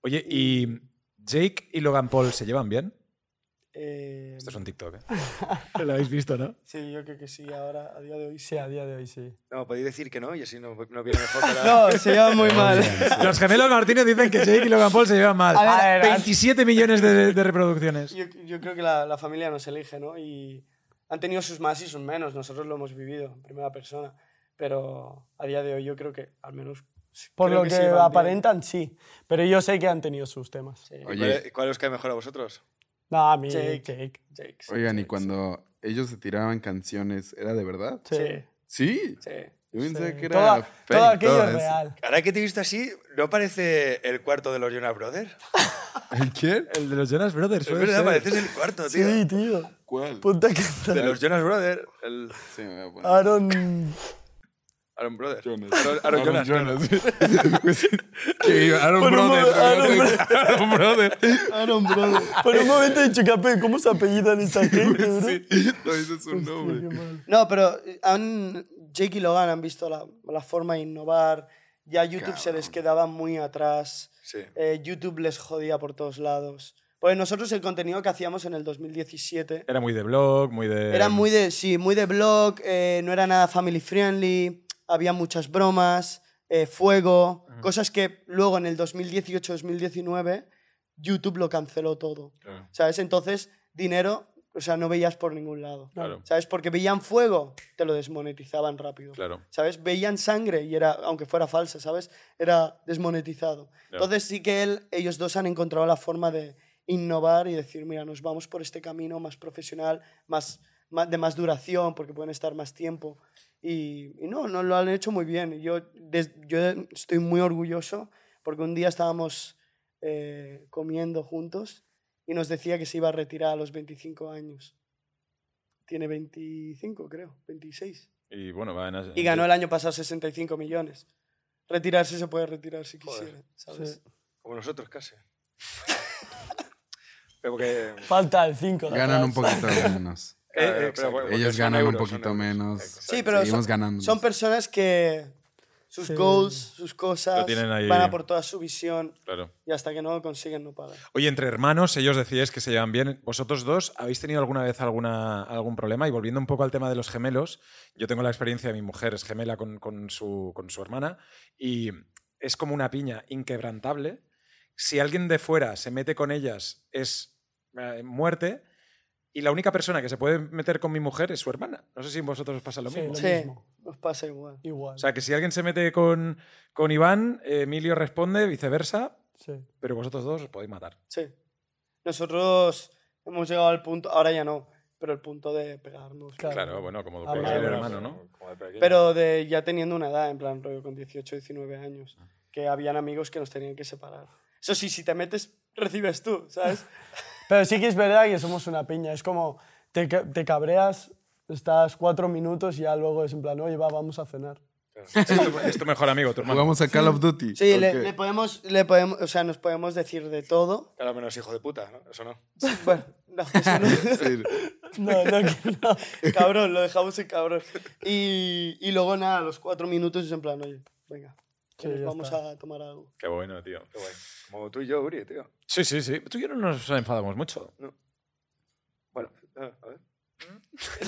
Speaker 1: Oye, ¿y Jake y Logan Paul se llevan bien?
Speaker 4: Eh,
Speaker 1: Esto es un TikTok, ¿eh? Lo habéis visto, ¿no?
Speaker 4: sí, yo creo que sí, ahora, a día de hoy
Speaker 3: Sí,
Speaker 4: sí.
Speaker 3: a día de hoy sí.
Speaker 6: No, podéis decir que no y así no, no viene mejor para...
Speaker 4: No, se llevan muy mal.
Speaker 1: Los gemelos Martínez dicen que Jake y Logan Paul se llevan mal.
Speaker 4: A ver, A ver,
Speaker 1: 27 millones de, de reproducciones.
Speaker 4: Yo, yo creo que la, la familia nos elige, ¿no? Y han tenido sus más y sus menos, nosotros lo hemos vivido en primera persona. Pero a día de hoy yo creo que al menos...
Speaker 3: Por
Speaker 4: creo
Speaker 3: lo que,
Speaker 4: se llevan bien.
Speaker 3: aparentan, sí. pero yo sé que han tenido sus temas.
Speaker 4: Sí,
Speaker 6: ¿Y
Speaker 5: Oye.
Speaker 6: ¿Cuál, cuál os cae mejor a vosotros?
Speaker 3: No, a mí,
Speaker 4: Jake.
Speaker 3: Jake.
Speaker 4: Jake, sí,
Speaker 5: Oigan, y
Speaker 4: Jake,
Speaker 5: cuando ellos se tiraban canciones, ¿era de verdad?
Speaker 3: Sí.
Speaker 4: Sí,
Speaker 5: Sí.
Speaker 4: sí.
Speaker 5: Yo pensaba
Speaker 3: sí.
Speaker 5: que era
Speaker 3: Toda-
Speaker 5: fake,
Speaker 3: todo aquello
Speaker 5: todo
Speaker 3: es
Speaker 5: eso.
Speaker 3: real.
Speaker 6: Ahora que te he visto así, ¿no parece el cuarto de los Jonas Brothers?
Speaker 1: ¿El quién? ¿Eh? El de los Jonas Brothers.
Speaker 6: Es
Speaker 1: puede
Speaker 6: verdad,
Speaker 1: ser.
Speaker 6: pareces el cuarto, tío.
Speaker 3: Sí, tío.
Speaker 5: ¿Cuál?
Speaker 3: Ponte a cantar.
Speaker 6: De los Jonas Brothers. El
Speaker 5: Sí, me voy a
Speaker 3: Ah,
Speaker 5: poner.
Speaker 3: Aaron.
Speaker 6: Aaron Brothers.
Speaker 5: Jonas.
Speaker 6: Aaron, Aaron Jonas.
Speaker 5: Pues, que Aaron
Speaker 3: Por un
Speaker 5: Brothers.
Speaker 3: momento- Aaron
Speaker 5: no sé, Aaron Brothers.
Speaker 4: Aaron, brother.
Speaker 3: Por un momento he dicho, "Capé, ¿cómo se apellidan esta gente, bro?
Speaker 5: Sí, no dices
Speaker 3: Pues
Speaker 5: su
Speaker 3: Qué
Speaker 5: nombre.
Speaker 3: mal.
Speaker 4: No, pero eh, han, Jake y Logan han visto la, la forma de innovar. Ya YouTube se les quedaba muy atrás.
Speaker 6: Sí.
Speaker 4: Eh, YouTube les jodía por todos lados. Pues nosotros el contenido que hacíamos en el 2017
Speaker 1: Era muy de blog, muy de.
Speaker 4: era muy de, sí, muy de blog, eh, no era nada family friendly, había muchas bromas, eh, fuego, cosas que luego en el 2018-2019 YouTube lo canceló todo.
Speaker 1: Claro.
Speaker 4: ¿Sabes? Entonces, dinero, o sea, no veías por ningún lado.
Speaker 1: Claro,
Speaker 4: ¿Sabes? Porque veían fuego, te lo desmonetizaban rápido.
Speaker 1: claro.
Speaker 4: ¿Sabes? Veían sangre y era, aunque fuera falsa, ¿sabes? Era desmonetizado. Entonces sí que él, ellos dos han encontrado la forma de innovar y decir, mira, nos vamos por este camino más profesional, más, más- de más duración, porque pueden estar más tiempo. Y, y no, no lo han hecho muy bien. Yo, des- yo estoy muy orgulloso porque un día estábamos eh, comiendo juntos y nos decía que se iba a retirar a los 25 años. Tiene 25, creo, 26.
Speaker 1: Y bueno, va en-
Speaker 4: Y ganó el año pasado 65 millones. Retirarse se puede retirar si
Speaker 6: Joder.
Speaker 4: quisiera, ¿sabes?
Speaker 3: Sí.
Speaker 6: Como nosotros, casi. Pero porque...
Speaker 5: Eh,
Speaker 3: Falta el 5.
Speaker 5: Ganan un poquito menos.
Speaker 6: claro, pero
Speaker 5: exacto.
Speaker 6: porque
Speaker 5: Ellos
Speaker 6: son
Speaker 5: ganan un
Speaker 6: euros, son
Speaker 5: poquito
Speaker 6: euros.
Speaker 5: menos.
Speaker 6: Exacto.
Speaker 4: Sí, pero
Speaker 5: Seguimos
Speaker 4: son,
Speaker 1: Mm.
Speaker 5: ganando.
Speaker 4: son personas que sus
Speaker 3: Sí.
Speaker 4: goals, sus cosas,
Speaker 1: Lo tienen ahí.
Speaker 4: van a por toda su visión
Speaker 1: Claro.
Speaker 4: y hasta que no lo consiguen no paran.
Speaker 1: Oye, entre hermanos, ellos decíais que se llevan bien. ¿Vosotros dos habéis tenido alguna vez alguna, algún problema? Y volviendo un poco al tema de los gemelos, yo tengo la experiencia de mi mujer, es gemela con, con su, con su hermana, y es como una piña inquebrantable. Si alguien de fuera se mete con ellas, es eh, muerte. Y la única persona que se puede meter con mi mujer es su hermana. No sé si a vosotros os pasa lo
Speaker 3: Sí,
Speaker 1: mismo.
Speaker 3: lo
Speaker 4: Sí,
Speaker 3: mismo.
Speaker 4: nos pasa igual.
Speaker 3: Igual.
Speaker 1: O sea, que si alguien se mete con, con Iván, eh, Emilio responde, viceversa,
Speaker 3: sí.
Speaker 1: pero vosotros dos os podéis matar.
Speaker 4: Sí. Nosotros hemos llegado al punto, ahora ya no, pero el punto de pegarnos.
Speaker 3: Claro.
Speaker 1: Claro, bueno, como
Speaker 3: Ah,
Speaker 1: cualquier
Speaker 3: vale,
Speaker 1: hermano, ¿no?
Speaker 6: Como de pequeño.
Speaker 4: Pero de ya teniendo una edad, en plan rollo con 18, 19 años,
Speaker 1: Ah.
Speaker 4: que habían amigos que nos tenían que separar. Eso sí, si te metes, recibes tú, ¿sabes?
Speaker 3: Pero sí que es verdad que somos una piña. Es como, te, ca- te cabreas, estás cuatro minutos y ya luego es en plan, oye, va, vamos a cenar.
Speaker 1: Es tu, es tu mejor amigo, tu hermano.
Speaker 5: Jugamos a Call of Duty.
Speaker 4: Sí, le,
Speaker 5: Ok.
Speaker 4: le podemos, le podemos, o sea, nos podemos decir de todo.
Speaker 6: Claro, menos hijo de puta, ¿no? Eso no.
Speaker 4: Bueno, no, eso no.
Speaker 5: Sí.
Speaker 3: No, no, que no.
Speaker 4: cabrón, lo dejamos en cabrón. Y, y luego nada, a los cuatro minutos es en plan, oye, venga, que
Speaker 3: Sí,
Speaker 4: nos
Speaker 3: ya
Speaker 4: vamos
Speaker 3: está.
Speaker 4: a tomar algo.
Speaker 1: Qué bueno, tío.
Speaker 6: Qué guay. Como tú y yo, Uri, tío.
Speaker 1: Sí, sí, sí. Tú y yo no nos enfadamos mucho.
Speaker 6: Bueno, a ver.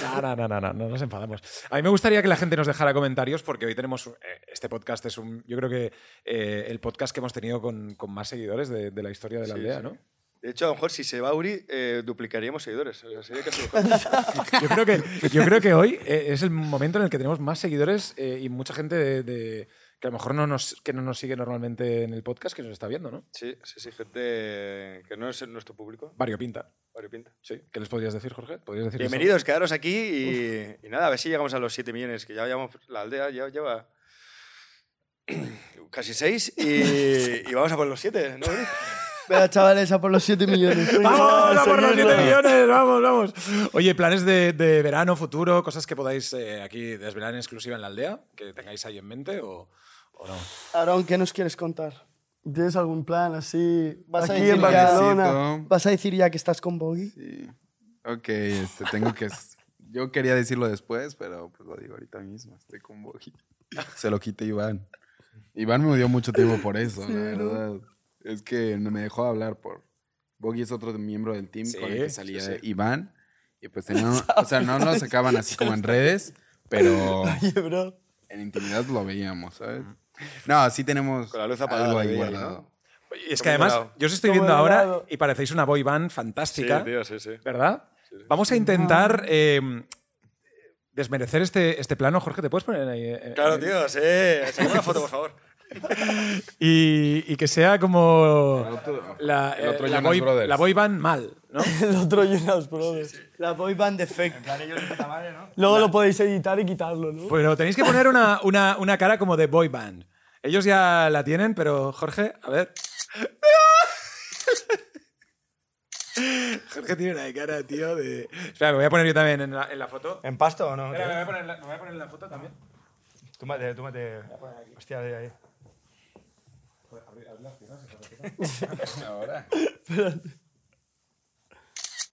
Speaker 1: No, no, no, no, no, no nos enfadamos. A mí me gustaría que la gente nos dejara comentarios porque hoy tenemos, eh, este podcast es un, yo creo que eh, el podcast que hemos tenido con, con más seguidores de, de la historia de la
Speaker 6: Sí,
Speaker 1: aldea,
Speaker 6: sí.
Speaker 1: ¿no?
Speaker 6: De hecho, a lo mejor si se va Uri, eh, duplicaríamos seguidores. O sea, sería casi
Speaker 1: Yo creo que, yo creo que hoy eh, es el momento en el que tenemos más seguidores eh, y mucha gente de, de- que a lo mejor no nos, que no nos sigue normalmente en el podcast que nos está viendo, ¿no?
Speaker 6: Sí, sí, sí, gente que no es nuestro público.
Speaker 1: Vario Pinta.
Speaker 6: variopinta.
Speaker 1: Sí. ¿Qué les podrías decir, Jorge? ¿Podrías decir eso?
Speaker 6: Bienvenidos, quedaros aquí y, y nada, a ver si llegamos a los 7 millones, que ya llevamos, la aldea ya lleva casi 6 y, y vamos a por los 7, ¿no? Uri?
Speaker 4: Venga, chavales, a por los 7 millones.
Speaker 1: ¡Vamos a por los 7 millones! ¡Vamos, vamos! Oye, planes de, de verano, futuro, cosas que podáis eh, aquí desvelar en exclusiva en la aldea, que tengáis ahí en mente o, o no.
Speaker 4: Aaron, ¿qué nos quieres contar?
Speaker 3: ¿Tienes algún plan así?
Speaker 4: Vas a
Speaker 3: aquí
Speaker 4: decir
Speaker 3: en
Speaker 4: ya-
Speaker 3: Barcelona.
Speaker 4: ¿Vas a decir ya que estás con Boggy?
Speaker 5: Sí. Ok, este, tengo que. Yo quería decirlo después, pero pues lo digo ahorita mismo. Estoy con Bogi. Se lo quité Iván. Iván me dio mucho tiempo por eso, la verdad. Es que no me dejó hablar por. Bogi es otro miembro del team con el que
Speaker 1: Sí,
Speaker 5: salía
Speaker 1: sí, sí.
Speaker 5: Iván. Y pues tenían- O sea, no nos sacaban así como en redes, pero
Speaker 4: Oye, bro.
Speaker 5: en intimidad lo veíamos, ¿sabes? No, sí tenemos
Speaker 6: Con la luz apagada
Speaker 5: algo
Speaker 6: de
Speaker 5: ahí
Speaker 6: día, ¿no?
Speaker 5: guardado.
Speaker 1: Y es que
Speaker 6: Como
Speaker 1: además,
Speaker 6: helado.
Speaker 1: yo os estoy
Speaker 3: Como
Speaker 1: viendo ahora
Speaker 3: helado.
Speaker 1: y parecéis una boy band fantástica,
Speaker 6: sí, sí.
Speaker 1: ¿verdad? Vamos a intentar eh, desmerecer este, este plano. Jorge, ¿te puedes poner ahí? eh,
Speaker 6: Claro,
Speaker 1: eh,
Speaker 6: tío, sí. Saca una foto, por favor.
Speaker 1: Y, y que sea como
Speaker 5: otro-
Speaker 1: la,
Speaker 5: el otro
Speaker 1: eh, la
Speaker 5: Jonas
Speaker 1: boy,
Speaker 5: Brothers.
Speaker 1: la boy band mal, ¿no?
Speaker 3: El otro Jonas Brothers.
Speaker 4: La boy band defect.
Speaker 3: Luego lo podéis editar y quitarlo,
Speaker 5: Pues
Speaker 3: ¿no?
Speaker 1: Pero tenéis que poner una, una- una cara como de boy band. Ellos ya la tienen, pero Jorge, a ver. Jorge tiene una cara, tío, de... Espera, me voy a poner yo también en la, en la foto.
Speaker 6: ¿En pasto o no?
Speaker 1: Espera, me voy a poner en la, me voy a poner en la foto también.
Speaker 6: Túmate, túmate. Hostia, de ahí.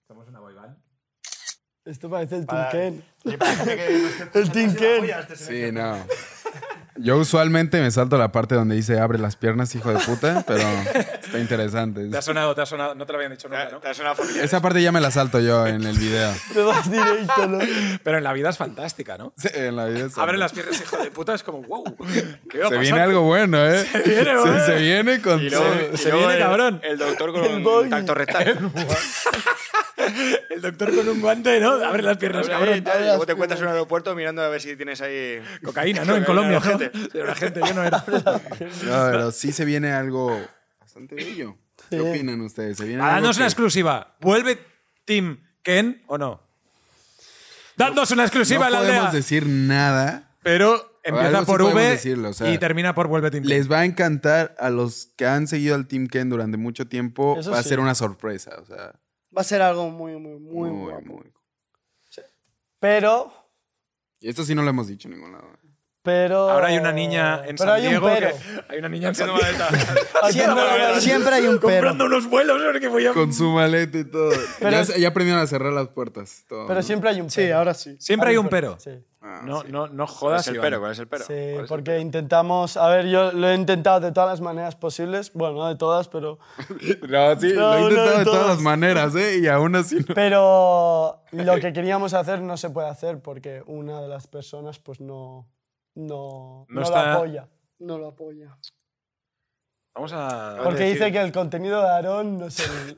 Speaker 1: Somos una boy band.
Speaker 3: Esto parece el Tinken.
Speaker 6: El
Speaker 3: Tinken.
Speaker 5: Sí, no. Yo usualmente me salto la parte donde dice abre las piernas, hijo de puta, pero está interesante.
Speaker 1: Te ha sonado, te ha sonado. No te lo habían dicho nunca, ¿no?
Speaker 6: Te has una foto.
Speaker 5: Esa parte ya me la salto yo en el video.
Speaker 3: Te vas directo, ¿no?
Speaker 1: Pero en la vida es fantástica, ¿no?
Speaker 5: Sí, en la vida se-
Speaker 1: Abre las piernas, hijo de puta, es como, wow. ¿Qué va a
Speaker 5: Se
Speaker 1: pasar?
Speaker 5: viene algo bueno, ¿eh? Se
Speaker 1: viene, güey.
Speaker 5: Se, viene con...
Speaker 6: Y
Speaker 1: Se-
Speaker 6: luego, y
Speaker 1: se
Speaker 6: luego
Speaker 1: viene,
Speaker 6: el,
Speaker 1: cabrón.
Speaker 6: El doctor con
Speaker 3: bogey.
Speaker 6: un tacto rectal.
Speaker 1: El doctor con un guante, ¿no? Abre las piernas,
Speaker 6: Cabrón,
Speaker 1: Pues cabrón.
Speaker 6: tal, y luego te encuentras en un aeropuerto mirando a ver si tienes ahí.
Speaker 1: Cocaína, ¿no? En
Speaker 6: Cocaína,
Speaker 1: Colombia, ¿no?
Speaker 6: gente.
Speaker 1: Era gente, yo no era.
Speaker 5: No, pero sí se viene algo bastante bello. ¿Qué opinan ustedes? ¿Se viene
Speaker 1: Ah,
Speaker 5: algo
Speaker 1: danos una
Speaker 5: que-
Speaker 1: exclusiva. ¿Vuelve Team Ken o no? Dadnos una exclusiva
Speaker 5: No
Speaker 1: a la
Speaker 5: podemos
Speaker 1: aldea.
Speaker 5: decir nada.
Speaker 1: Pero
Speaker 5: Algo
Speaker 1: empieza
Speaker 5: sí
Speaker 1: por V
Speaker 5: podemos decirlo, o sea,
Speaker 1: y termina por Vuelve Team Ken.
Speaker 5: Les va a encantar a los que han seguido al Team Ken durante mucho tiempo.
Speaker 3: Eso
Speaker 5: va a
Speaker 3: sí.
Speaker 5: ser una sorpresa, o sea,
Speaker 4: Va a ser algo muy, muy, muy,
Speaker 5: muy,
Speaker 4: guapo.
Speaker 5: muy
Speaker 3: Pero,
Speaker 5: Y esto sí no lo hemos dicho en ningún lado.
Speaker 3: pero...
Speaker 1: Ahora hay una niña en
Speaker 3: pero
Speaker 1: San
Speaker 3: hay
Speaker 1: Diego
Speaker 3: un pero.
Speaker 1: que hay una niña en San Diego
Speaker 6: Haciendo maleta.
Speaker 4: Siempre, siempre hay un pero.
Speaker 1: comprando unos vuelos, ahora que voy a
Speaker 5: Con su maleta y todo. ya, se- ya aprendieron a cerrar las puertas. todo,
Speaker 3: Pero
Speaker 5: ¿no?
Speaker 3: siempre hay un pero.
Speaker 4: Sí, ahora sí.
Speaker 1: Siempre hay un pero.
Speaker 3: Sí.
Speaker 5: Ah,
Speaker 1: No,
Speaker 5: sí.
Speaker 1: no, no
Speaker 6: ¿Cuál
Speaker 1: jodas.
Speaker 6: es el
Speaker 1: Iván.
Speaker 6: pero? ¿Cuál es el pero?
Speaker 3: Sí,
Speaker 6: ¿Cuál es el
Speaker 3: porque intentamos, a ver, yo lo he intentado de todas las maneras posibles, bueno, no de todas, pero,
Speaker 5: No, sí,
Speaker 3: No,
Speaker 5: lo he
Speaker 3: no,
Speaker 5: intentado
Speaker 3: todos.
Speaker 5: de todas las maneras, ¿eh? Y aún así no.
Speaker 3: pero lo que queríamos hacer no se puede hacer porque una de las personas pues no, no,
Speaker 1: No
Speaker 3: no lo
Speaker 1: está-
Speaker 3: apoya.
Speaker 4: No lo apoya.
Speaker 1: Vamos a.
Speaker 3: Porque dice que el contenido de Aarón no es el...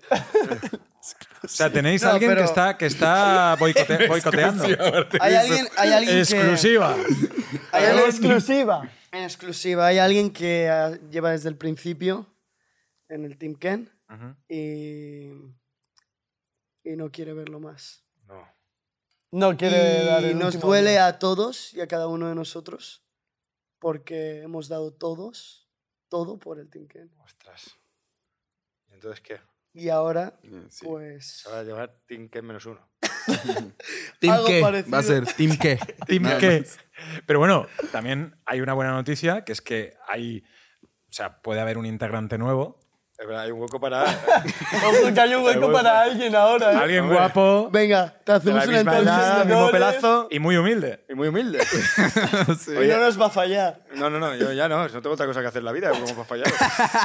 Speaker 1: O sea, tenéis a
Speaker 4: No,
Speaker 1: alguien que
Speaker 4: pero-
Speaker 1: está, que está boicote- boicoteando.
Speaker 4: Hay alguien, hay alguien que-
Speaker 1: Exclusiva.
Speaker 4: hay
Speaker 3: en
Speaker 4: alguien-
Speaker 3: exclusiva.
Speaker 4: en exclusiva. Hay alguien que ah, lleva desde el principio en el Team Ken y, y no quiere verlo más.
Speaker 3: No quiere dar
Speaker 4: y
Speaker 3: el
Speaker 4: nos
Speaker 3: último
Speaker 4: duele
Speaker 3: día.
Speaker 4: a todos y a cada uno de nosotros porque hemos dado todos, todo por el Team Ken.
Speaker 6: Ostras. ¿Y entonces qué?
Speaker 4: Y ahora,
Speaker 5: Eh, sí.
Speaker 4: pues,
Speaker 6: Se va a llevar Tinker menos uno.
Speaker 5: Team
Speaker 4: algo
Speaker 5: qué.
Speaker 4: parecido.
Speaker 5: Va a ser Team qué.
Speaker 1: Team
Speaker 5: Nada
Speaker 1: que-
Speaker 5: más.
Speaker 1: Pero bueno, también hay una buena noticia, que es que hay. O sea, puede haber un integrante nuevo.
Speaker 6: Es verdad, hay un hueco para.
Speaker 3: No, porque hay un hueco para
Speaker 1: pues.
Speaker 3: alguien ahora, ¿eh?
Speaker 1: Alguien guapo
Speaker 4: venga,
Speaker 6: de
Speaker 4: te
Speaker 6: la
Speaker 4: hacemos una
Speaker 6: misma edad,
Speaker 4: entrevista.
Speaker 6: mismo
Speaker 3: señores.
Speaker 6: pelazo
Speaker 1: y muy humilde.
Speaker 6: y muy humilde.
Speaker 5: Sí.
Speaker 6: Oye,
Speaker 4: No nos va a fallar.
Speaker 6: No, no, no, yo ya no, no tengo otra cosa que hacer en la vida, como para fallar.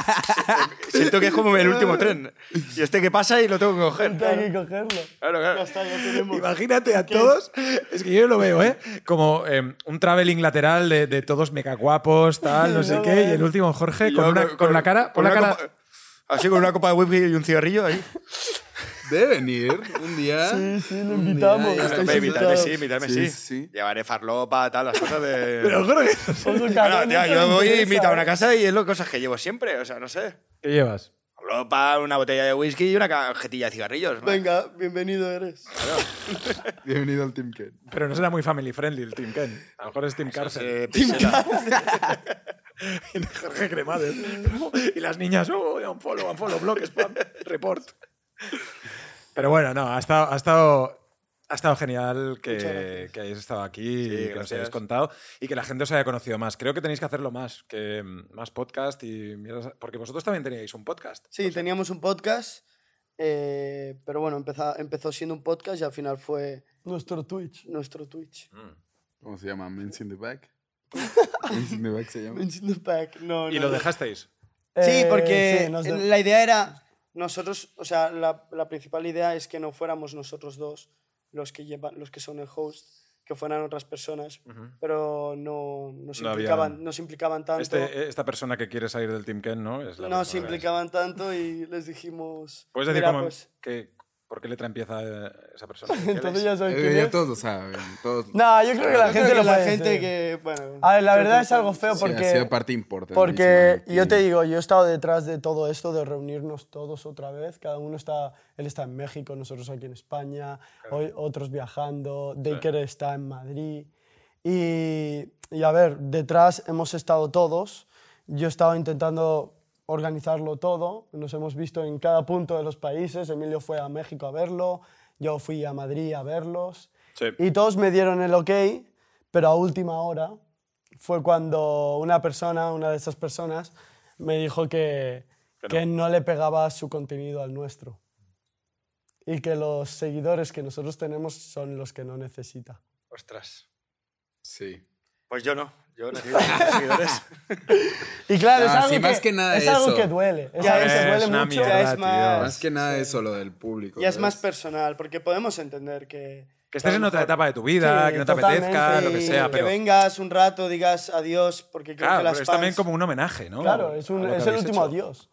Speaker 6: Eh, Siento que es como el último tren. Y este que pasa y lo tengo que coger.
Speaker 3: Hay que cogerlo.
Speaker 6: Claro,
Speaker 4: Ya
Speaker 6: claro.
Speaker 4: está, ya tenemos.
Speaker 1: Imagínate a todos. Es que yo lo veo, ¿eh? Como eh, un traveling lateral de, de todos mega guapos, tal, no sé qué. Y el último Jorge
Speaker 6: Y
Speaker 1: con,
Speaker 6: yo
Speaker 1: una, con, la cara. Con la
Speaker 6: una
Speaker 1: cara.
Speaker 6: copa- así, con una copa de whisky y un cigarrillo ahí.
Speaker 5: Debe venir un día.
Speaker 3: Sí, sí, lo
Speaker 5: Un día,
Speaker 3: invitamos.
Speaker 5: ya
Speaker 3: Estoy
Speaker 5: está.
Speaker 6: Hombre, Invitarme sí, invitarme
Speaker 5: Sí,
Speaker 6: sí,
Speaker 5: sí.
Speaker 6: Llevaré farlopa, tal, las cosas de.
Speaker 1: Pero Jorge.
Speaker 3: Otro
Speaker 6: Bueno,
Speaker 3: cabrón,
Speaker 6: tío,
Speaker 3: no te
Speaker 6: yo voy
Speaker 3: interesa,
Speaker 6: y invito a una
Speaker 3: ¿eh?
Speaker 6: casa y es las cosas que llevo siempre, o sea, no sé.
Speaker 1: ¿Qué llevas?
Speaker 6: Farlopa, una botella de whisky y una cajetilla de cigarrillos. ¿no?
Speaker 4: Venga, bienvenido eres.
Speaker 5: Bienvenido al Team Ken.
Speaker 1: Pero no será muy family friendly el Team Ken. A lo mejor es Team Carcel.
Speaker 6: Eh, pisela.
Speaker 1: Jorge Cremades. y las niñas, oh, un follow, un follow, block, spam, report. Pero bueno, no, ha estado, ha estado, ha estado genial que, que hayáis estado aquí y que nos
Speaker 6: gracias.
Speaker 1: hayáis contado y que la gente os haya conocido más. Creo que tenéis que hacerlo más, que mm, más podcast y mierdas- porque vosotros también teníais un podcast.
Speaker 4: Sí, teníamos un podcast, eh, pero bueno, empezó, empezó siendo un podcast y al final fue
Speaker 3: Nuestro Twitch.
Speaker 4: nuestro Twitch.
Speaker 1: Mm.
Speaker 5: ¿Cómo se llama? Men's in the Back. Men's in the Back se llama.
Speaker 4: Mention the pack, no,
Speaker 1: Y
Speaker 4: no,
Speaker 1: lo
Speaker 4: no.
Speaker 1: dejasteis.
Speaker 4: Sí,
Speaker 3: Eh,
Speaker 4: porque
Speaker 3: sí, nos de-
Speaker 4: la idea era nosotros, o sea, la, la principal idea es que no fuéramos nosotros dos los que llevan, los que son el host, que fueran otras personas, pero no nos
Speaker 1: No había-
Speaker 4: implicaban, no se implicaban tanto,
Speaker 1: Este- esta persona que quiere salir del Team Ken, ¿no? Es la
Speaker 4: no se
Speaker 1: persona que-
Speaker 4: implicaban tanto y les dijimos,
Speaker 1: ¿Puedes decir
Speaker 4: "Mira,
Speaker 1: cómo-
Speaker 4: pues,
Speaker 1: que- por qué letra empieza eh, esa persona?
Speaker 3: Entonces ya sabes
Speaker 5: Eh,
Speaker 3: quién
Speaker 5: ya
Speaker 3: es.
Speaker 5: todos lo saben. Todos.
Speaker 3: No, yo creo que la
Speaker 4: yo
Speaker 3: gente
Speaker 4: creo
Speaker 3: lo
Speaker 4: que la
Speaker 3: puede
Speaker 4: gente
Speaker 3: decir.
Speaker 4: que, bueno,
Speaker 3: A ver, la
Speaker 4: creo que
Speaker 3: verdad es
Speaker 4: son-
Speaker 3: algo feo
Speaker 5: Sí, ha
Speaker 3: porque...
Speaker 5: sido parte importante.
Speaker 3: Porque yo te digo, yo he estado detrás de todo esto, de reunirnos todos otra vez. Cada uno está, él está en México, nosotros aquí en España, hoy otros viajando, Daker está en Madrid. Y, y a ver, detrás hemos estado todos. Yo he estado intentando organizarlo todo. Nos hemos visto en cada punto de los países. Emilio fue a México a verlo, yo fui a Madrid a verlos.
Speaker 1: Sí.
Speaker 3: Y todos me dieron el ok, pero a última hora fue cuando una persona, una de esas personas, me dijo que, que, no. le pegaba su contenido al nuestro. Y que los seguidores que nosotros tenemos son los que no necesita.
Speaker 6: Ostras.
Speaker 5: Sí.
Speaker 6: Pues yo no. Yo necesito muchos seguidores.
Speaker 3: Y claro,
Speaker 5: No,
Speaker 3: es algo,
Speaker 5: Ah, sí,
Speaker 3: que,
Speaker 5: más que nada
Speaker 3: es algo
Speaker 5: eso.
Speaker 3: que duele. Es
Speaker 4: Ya
Speaker 3: algo que
Speaker 4: es
Speaker 3: duele
Speaker 1: una
Speaker 3: mucho.
Speaker 1: mierda,
Speaker 4: es
Speaker 1: tío.
Speaker 4: más-
Speaker 5: Más que nada eso, lo del público.
Speaker 4: Ya es más
Speaker 5: ¿ves?
Speaker 4: personal, porque podemos entender que...
Speaker 1: Que estés
Speaker 4: a lo
Speaker 1: en otra
Speaker 4: mejor-
Speaker 1: etapa de tu vida,
Speaker 3: Sí,
Speaker 1: que no te
Speaker 3: totalmente,
Speaker 1: apetezca, lo que
Speaker 4: Sí,
Speaker 1: sea,
Speaker 4: que
Speaker 1: pero.
Speaker 4: vengas un rato, digas adiós, porque creo
Speaker 1: Claro,
Speaker 4: que
Speaker 1: pero
Speaker 4: las
Speaker 1: es
Speaker 4: fans-
Speaker 1: también como un homenaje, ¿no?
Speaker 3: Claro, es,
Speaker 1: A
Speaker 3: un,
Speaker 1: lo que
Speaker 3: es el
Speaker 1: habéis
Speaker 3: último
Speaker 1: hecho.
Speaker 3: adiós.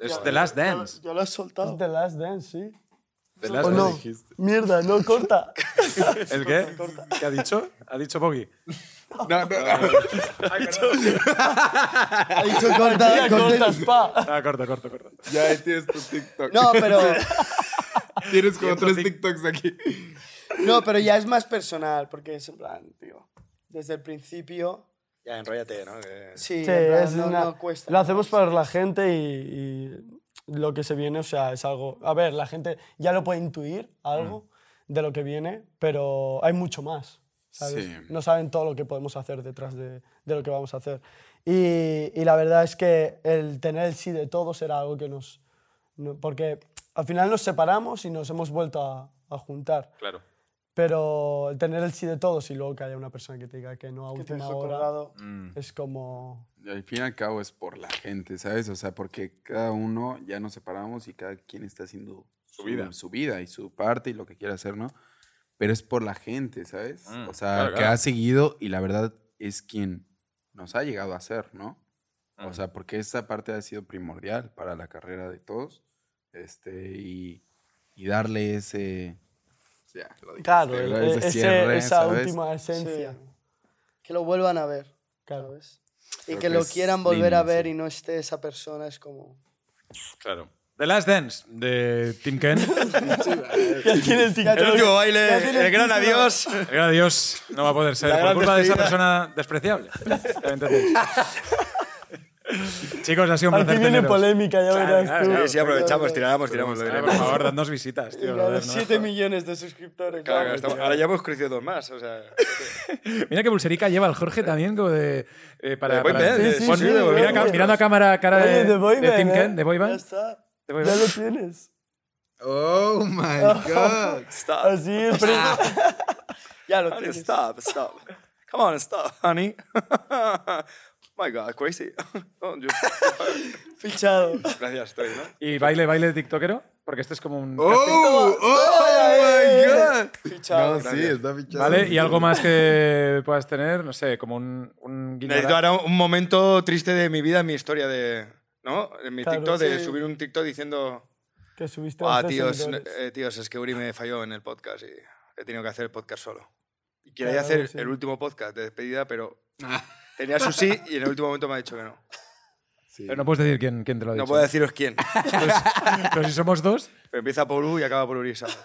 Speaker 1: Es The Last Dance.
Speaker 4: Yo lo he soltado.
Speaker 3: Es The Last Dance, sí.
Speaker 5: De
Speaker 1: las
Speaker 5: las
Speaker 3: ¿O
Speaker 1: Eso
Speaker 3: no?
Speaker 5: dijiste.
Speaker 3: Mierda, no corta.
Speaker 1: ¿El qué? ¿Qué ha dicho? Ha dicho Boggy.
Speaker 5: No, no.
Speaker 4: Ha dicho corta,
Speaker 3: Ya
Speaker 4: corta.
Speaker 3: cortas, pa.
Speaker 1: Ah, corto, corto, corto.
Speaker 5: Ya ahí tienes tu TikTok.
Speaker 4: No, pero,
Speaker 5: Tienes como tres TikToks aquí.
Speaker 4: no, pero ya es más personal, porque es en plan, tío, desde el principio,
Speaker 6: ya, enróllate, ¿no? Que-
Speaker 4: sí,
Speaker 3: Sí,
Speaker 4: en plan,
Speaker 3: es
Speaker 4: no,
Speaker 3: una-
Speaker 4: no cuesta.
Speaker 3: Lo hacemos para la gente y, y lo que se viene, o sea, es algo... A ver, la gente ya lo puede intuir, algo de lo que viene, pero hay mucho más, ¿sabes?
Speaker 5: Sí.
Speaker 3: No saben todo lo que podemos hacer detrás de, de lo que vamos a hacer. Y, y la verdad es que el tener el sí de todos era algo que nos... no- porque al final nos separamos y nos hemos vuelto a, a juntar.
Speaker 1: Claro.
Speaker 3: Pero el tener el sí de todos y luego que haya una persona que te diga que no a
Speaker 4: Que te
Speaker 3: última
Speaker 4: dejo
Speaker 3: hora
Speaker 4: colgado.
Speaker 1: Mm,
Speaker 3: es como...
Speaker 5: Y al fin y al cabo es por la gente, ¿sabes? O sea, porque cada uno ya nos separamos y cada quien está haciendo su,
Speaker 1: vida.
Speaker 5: su vida y su parte y lo que quiera hacer, ¿no? Pero es por la gente, ¿sabes?
Speaker 1: Mm,
Speaker 5: o sea,
Speaker 1: claro,
Speaker 5: que
Speaker 1: claro.
Speaker 5: ha seguido y la verdad es quien nos ha llegado a ser, ¿no?
Speaker 1: Mm.
Speaker 5: O sea, porque esa parte ha sido primordial para la carrera de todos. Este, y, y darle ese. Ya, lo dijiste,
Speaker 3: Claro,
Speaker 5: ¿verdad?
Speaker 3: e- ese-
Speaker 5: cierre,
Speaker 3: esa
Speaker 5: ¿sabes?
Speaker 3: última esencia.
Speaker 4: Sí. Que lo vuelvan a ver,
Speaker 3: Claro.
Speaker 4: ¿sabes? Y
Speaker 5: Creo
Speaker 4: que
Speaker 5: que
Speaker 4: lo
Speaker 5: es
Speaker 4: quieran volver a
Speaker 5: lindo,
Speaker 4: ver
Speaker 5: sí.
Speaker 4: y no esté esa persona, es como...
Speaker 1: Claro. The Last Dance de Tim Ken.
Speaker 2: El último baile, el gran adiós.
Speaker 1: Gracias a Dios, no va a poder ser por culpa de esa persona despreciable. Ya me entendéis. Chicos, ha sido un
Speaker 3: Aquí
Speaker 1: placer
Speaker 3: viene
Speaker 1: teneros.
Speaker 3: polémica, ya verás
Speaker 1: claro,
Speaker 3: tú.
Speaker 1: claro.
Speaker 2: Sí, sí, aprovechamos, tiramos, tiramos. lo
Speaker 1: Ay,
Speaker 2: diremos.
Speaker 1: por favor, dadnos visitas, tío.
Speaker 4: Claro,
Speaker 1: joder, no.
Speaker 4: 7 millones de suscriptores.
Speaker 6: Claro,
Speaker 4: vamos.
Speaker 6: estamos- ahora ya hemos crecido dos más. O sea,
Speaker 1: Mira que pulserica lleva el Jorge también, como de. eh, para,
Speaker 6: De boy
Speaker 1: para-
Speaker 6: band,
Speaker 1: de-
Speaker 6: sí, sí,
Speaker 1: pon-
Speaker 6: sí, de boy
Speaker 1: mira
Speaker 6: band.
Speaker 1: ca- mirando a cámara, cara
Speaker 3: Oye,
Speaker 1: de,
Speaker 3: de boy
Speaker 1: de
Speaker 3: band,
Speaker 1: Tim
Speaker 3: ¿eh?
Speaker 1: Ken, de Boy
Speaker 4: Ya
Speaker 1: Band.
Speaker 4: está.
Speaker 3: Ya lo tienes.
Speaker 5: Oh my God.
Speaker 6: stop,
Speaker 3: Así es. pero-
Speaker 4: Ya lo
Speaker 6: honey,
Speaker 4: tienes.
Speaker 6: stop, stop. Come on, stop, honey. My God, crazy. No, yo-
Speaker 4: Fichado.
Speaker 6: gracias, estoy, ¿no?
Speaker 1: Y baile, baile de TikTokero, porque este es como un.
Speaker 5: Oh, oh my God.
Speaker 4: Fichado.
Speaker 5: No, sí, está fichado.
Speaker 1: ¿Vale? ¿Y algo más que puedas tener? No sé, como un, un guiño.
Speaker 6: Necesito ahora un momento triste de mi vida, mi historia de. ¿No? En mi
Speaker 3: Claro,
Speaker 6: TikTok, de
Speaker 3: sí.
Speaker 6: subir un TikTok diciendo.
Speaker 3: Que subiste
Speaker 6: Ah,
Speaker 3: antes
Speaker 6: tíos,
Speaker 3: seguidores.
Speaker 6: eh, tíos, es que Uri me falló en el podcast y he tenido que hacer el podcast solo. Y quería
Speaker 3: Claro,
Speaker 6: hacer
Speaker 3: sí.
Speaker 6: el último podcast de despedida, pero tenía su sí y en el último momento me ha dicho que no.
Speaker 5: Sí.
Speaker 1: Pero no puedes decir quién, quién te lo ha dicho.
Speaker 6: No puedo deciros quién.
Speaker 1: Pero si somos dos.
Speaker 6: Pero empieza por U y acaba por Uri Sabat.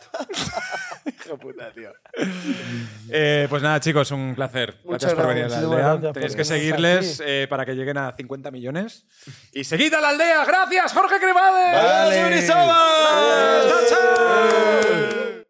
Speaker 1: Eh, pues nada, chicos, un placer. gracias
Speaker 4: Muchas
Speaker 1: por venir a
Speaker 4: gracias,
Speaker 1: la
Speaker 3: muchísimas
Speaker 1: aldea.
Speaker 3: gracias por
Speaker 1: Tenéis que
Speaker 3: tenernos
Speaker 1: seguirles eh, para que lleguen a 50 millones. Y seguid a la aldea. Gracias, Jorge Cremades.
Speaker 6: ¡Vale!
Speaker 1: ¡Chao, chao!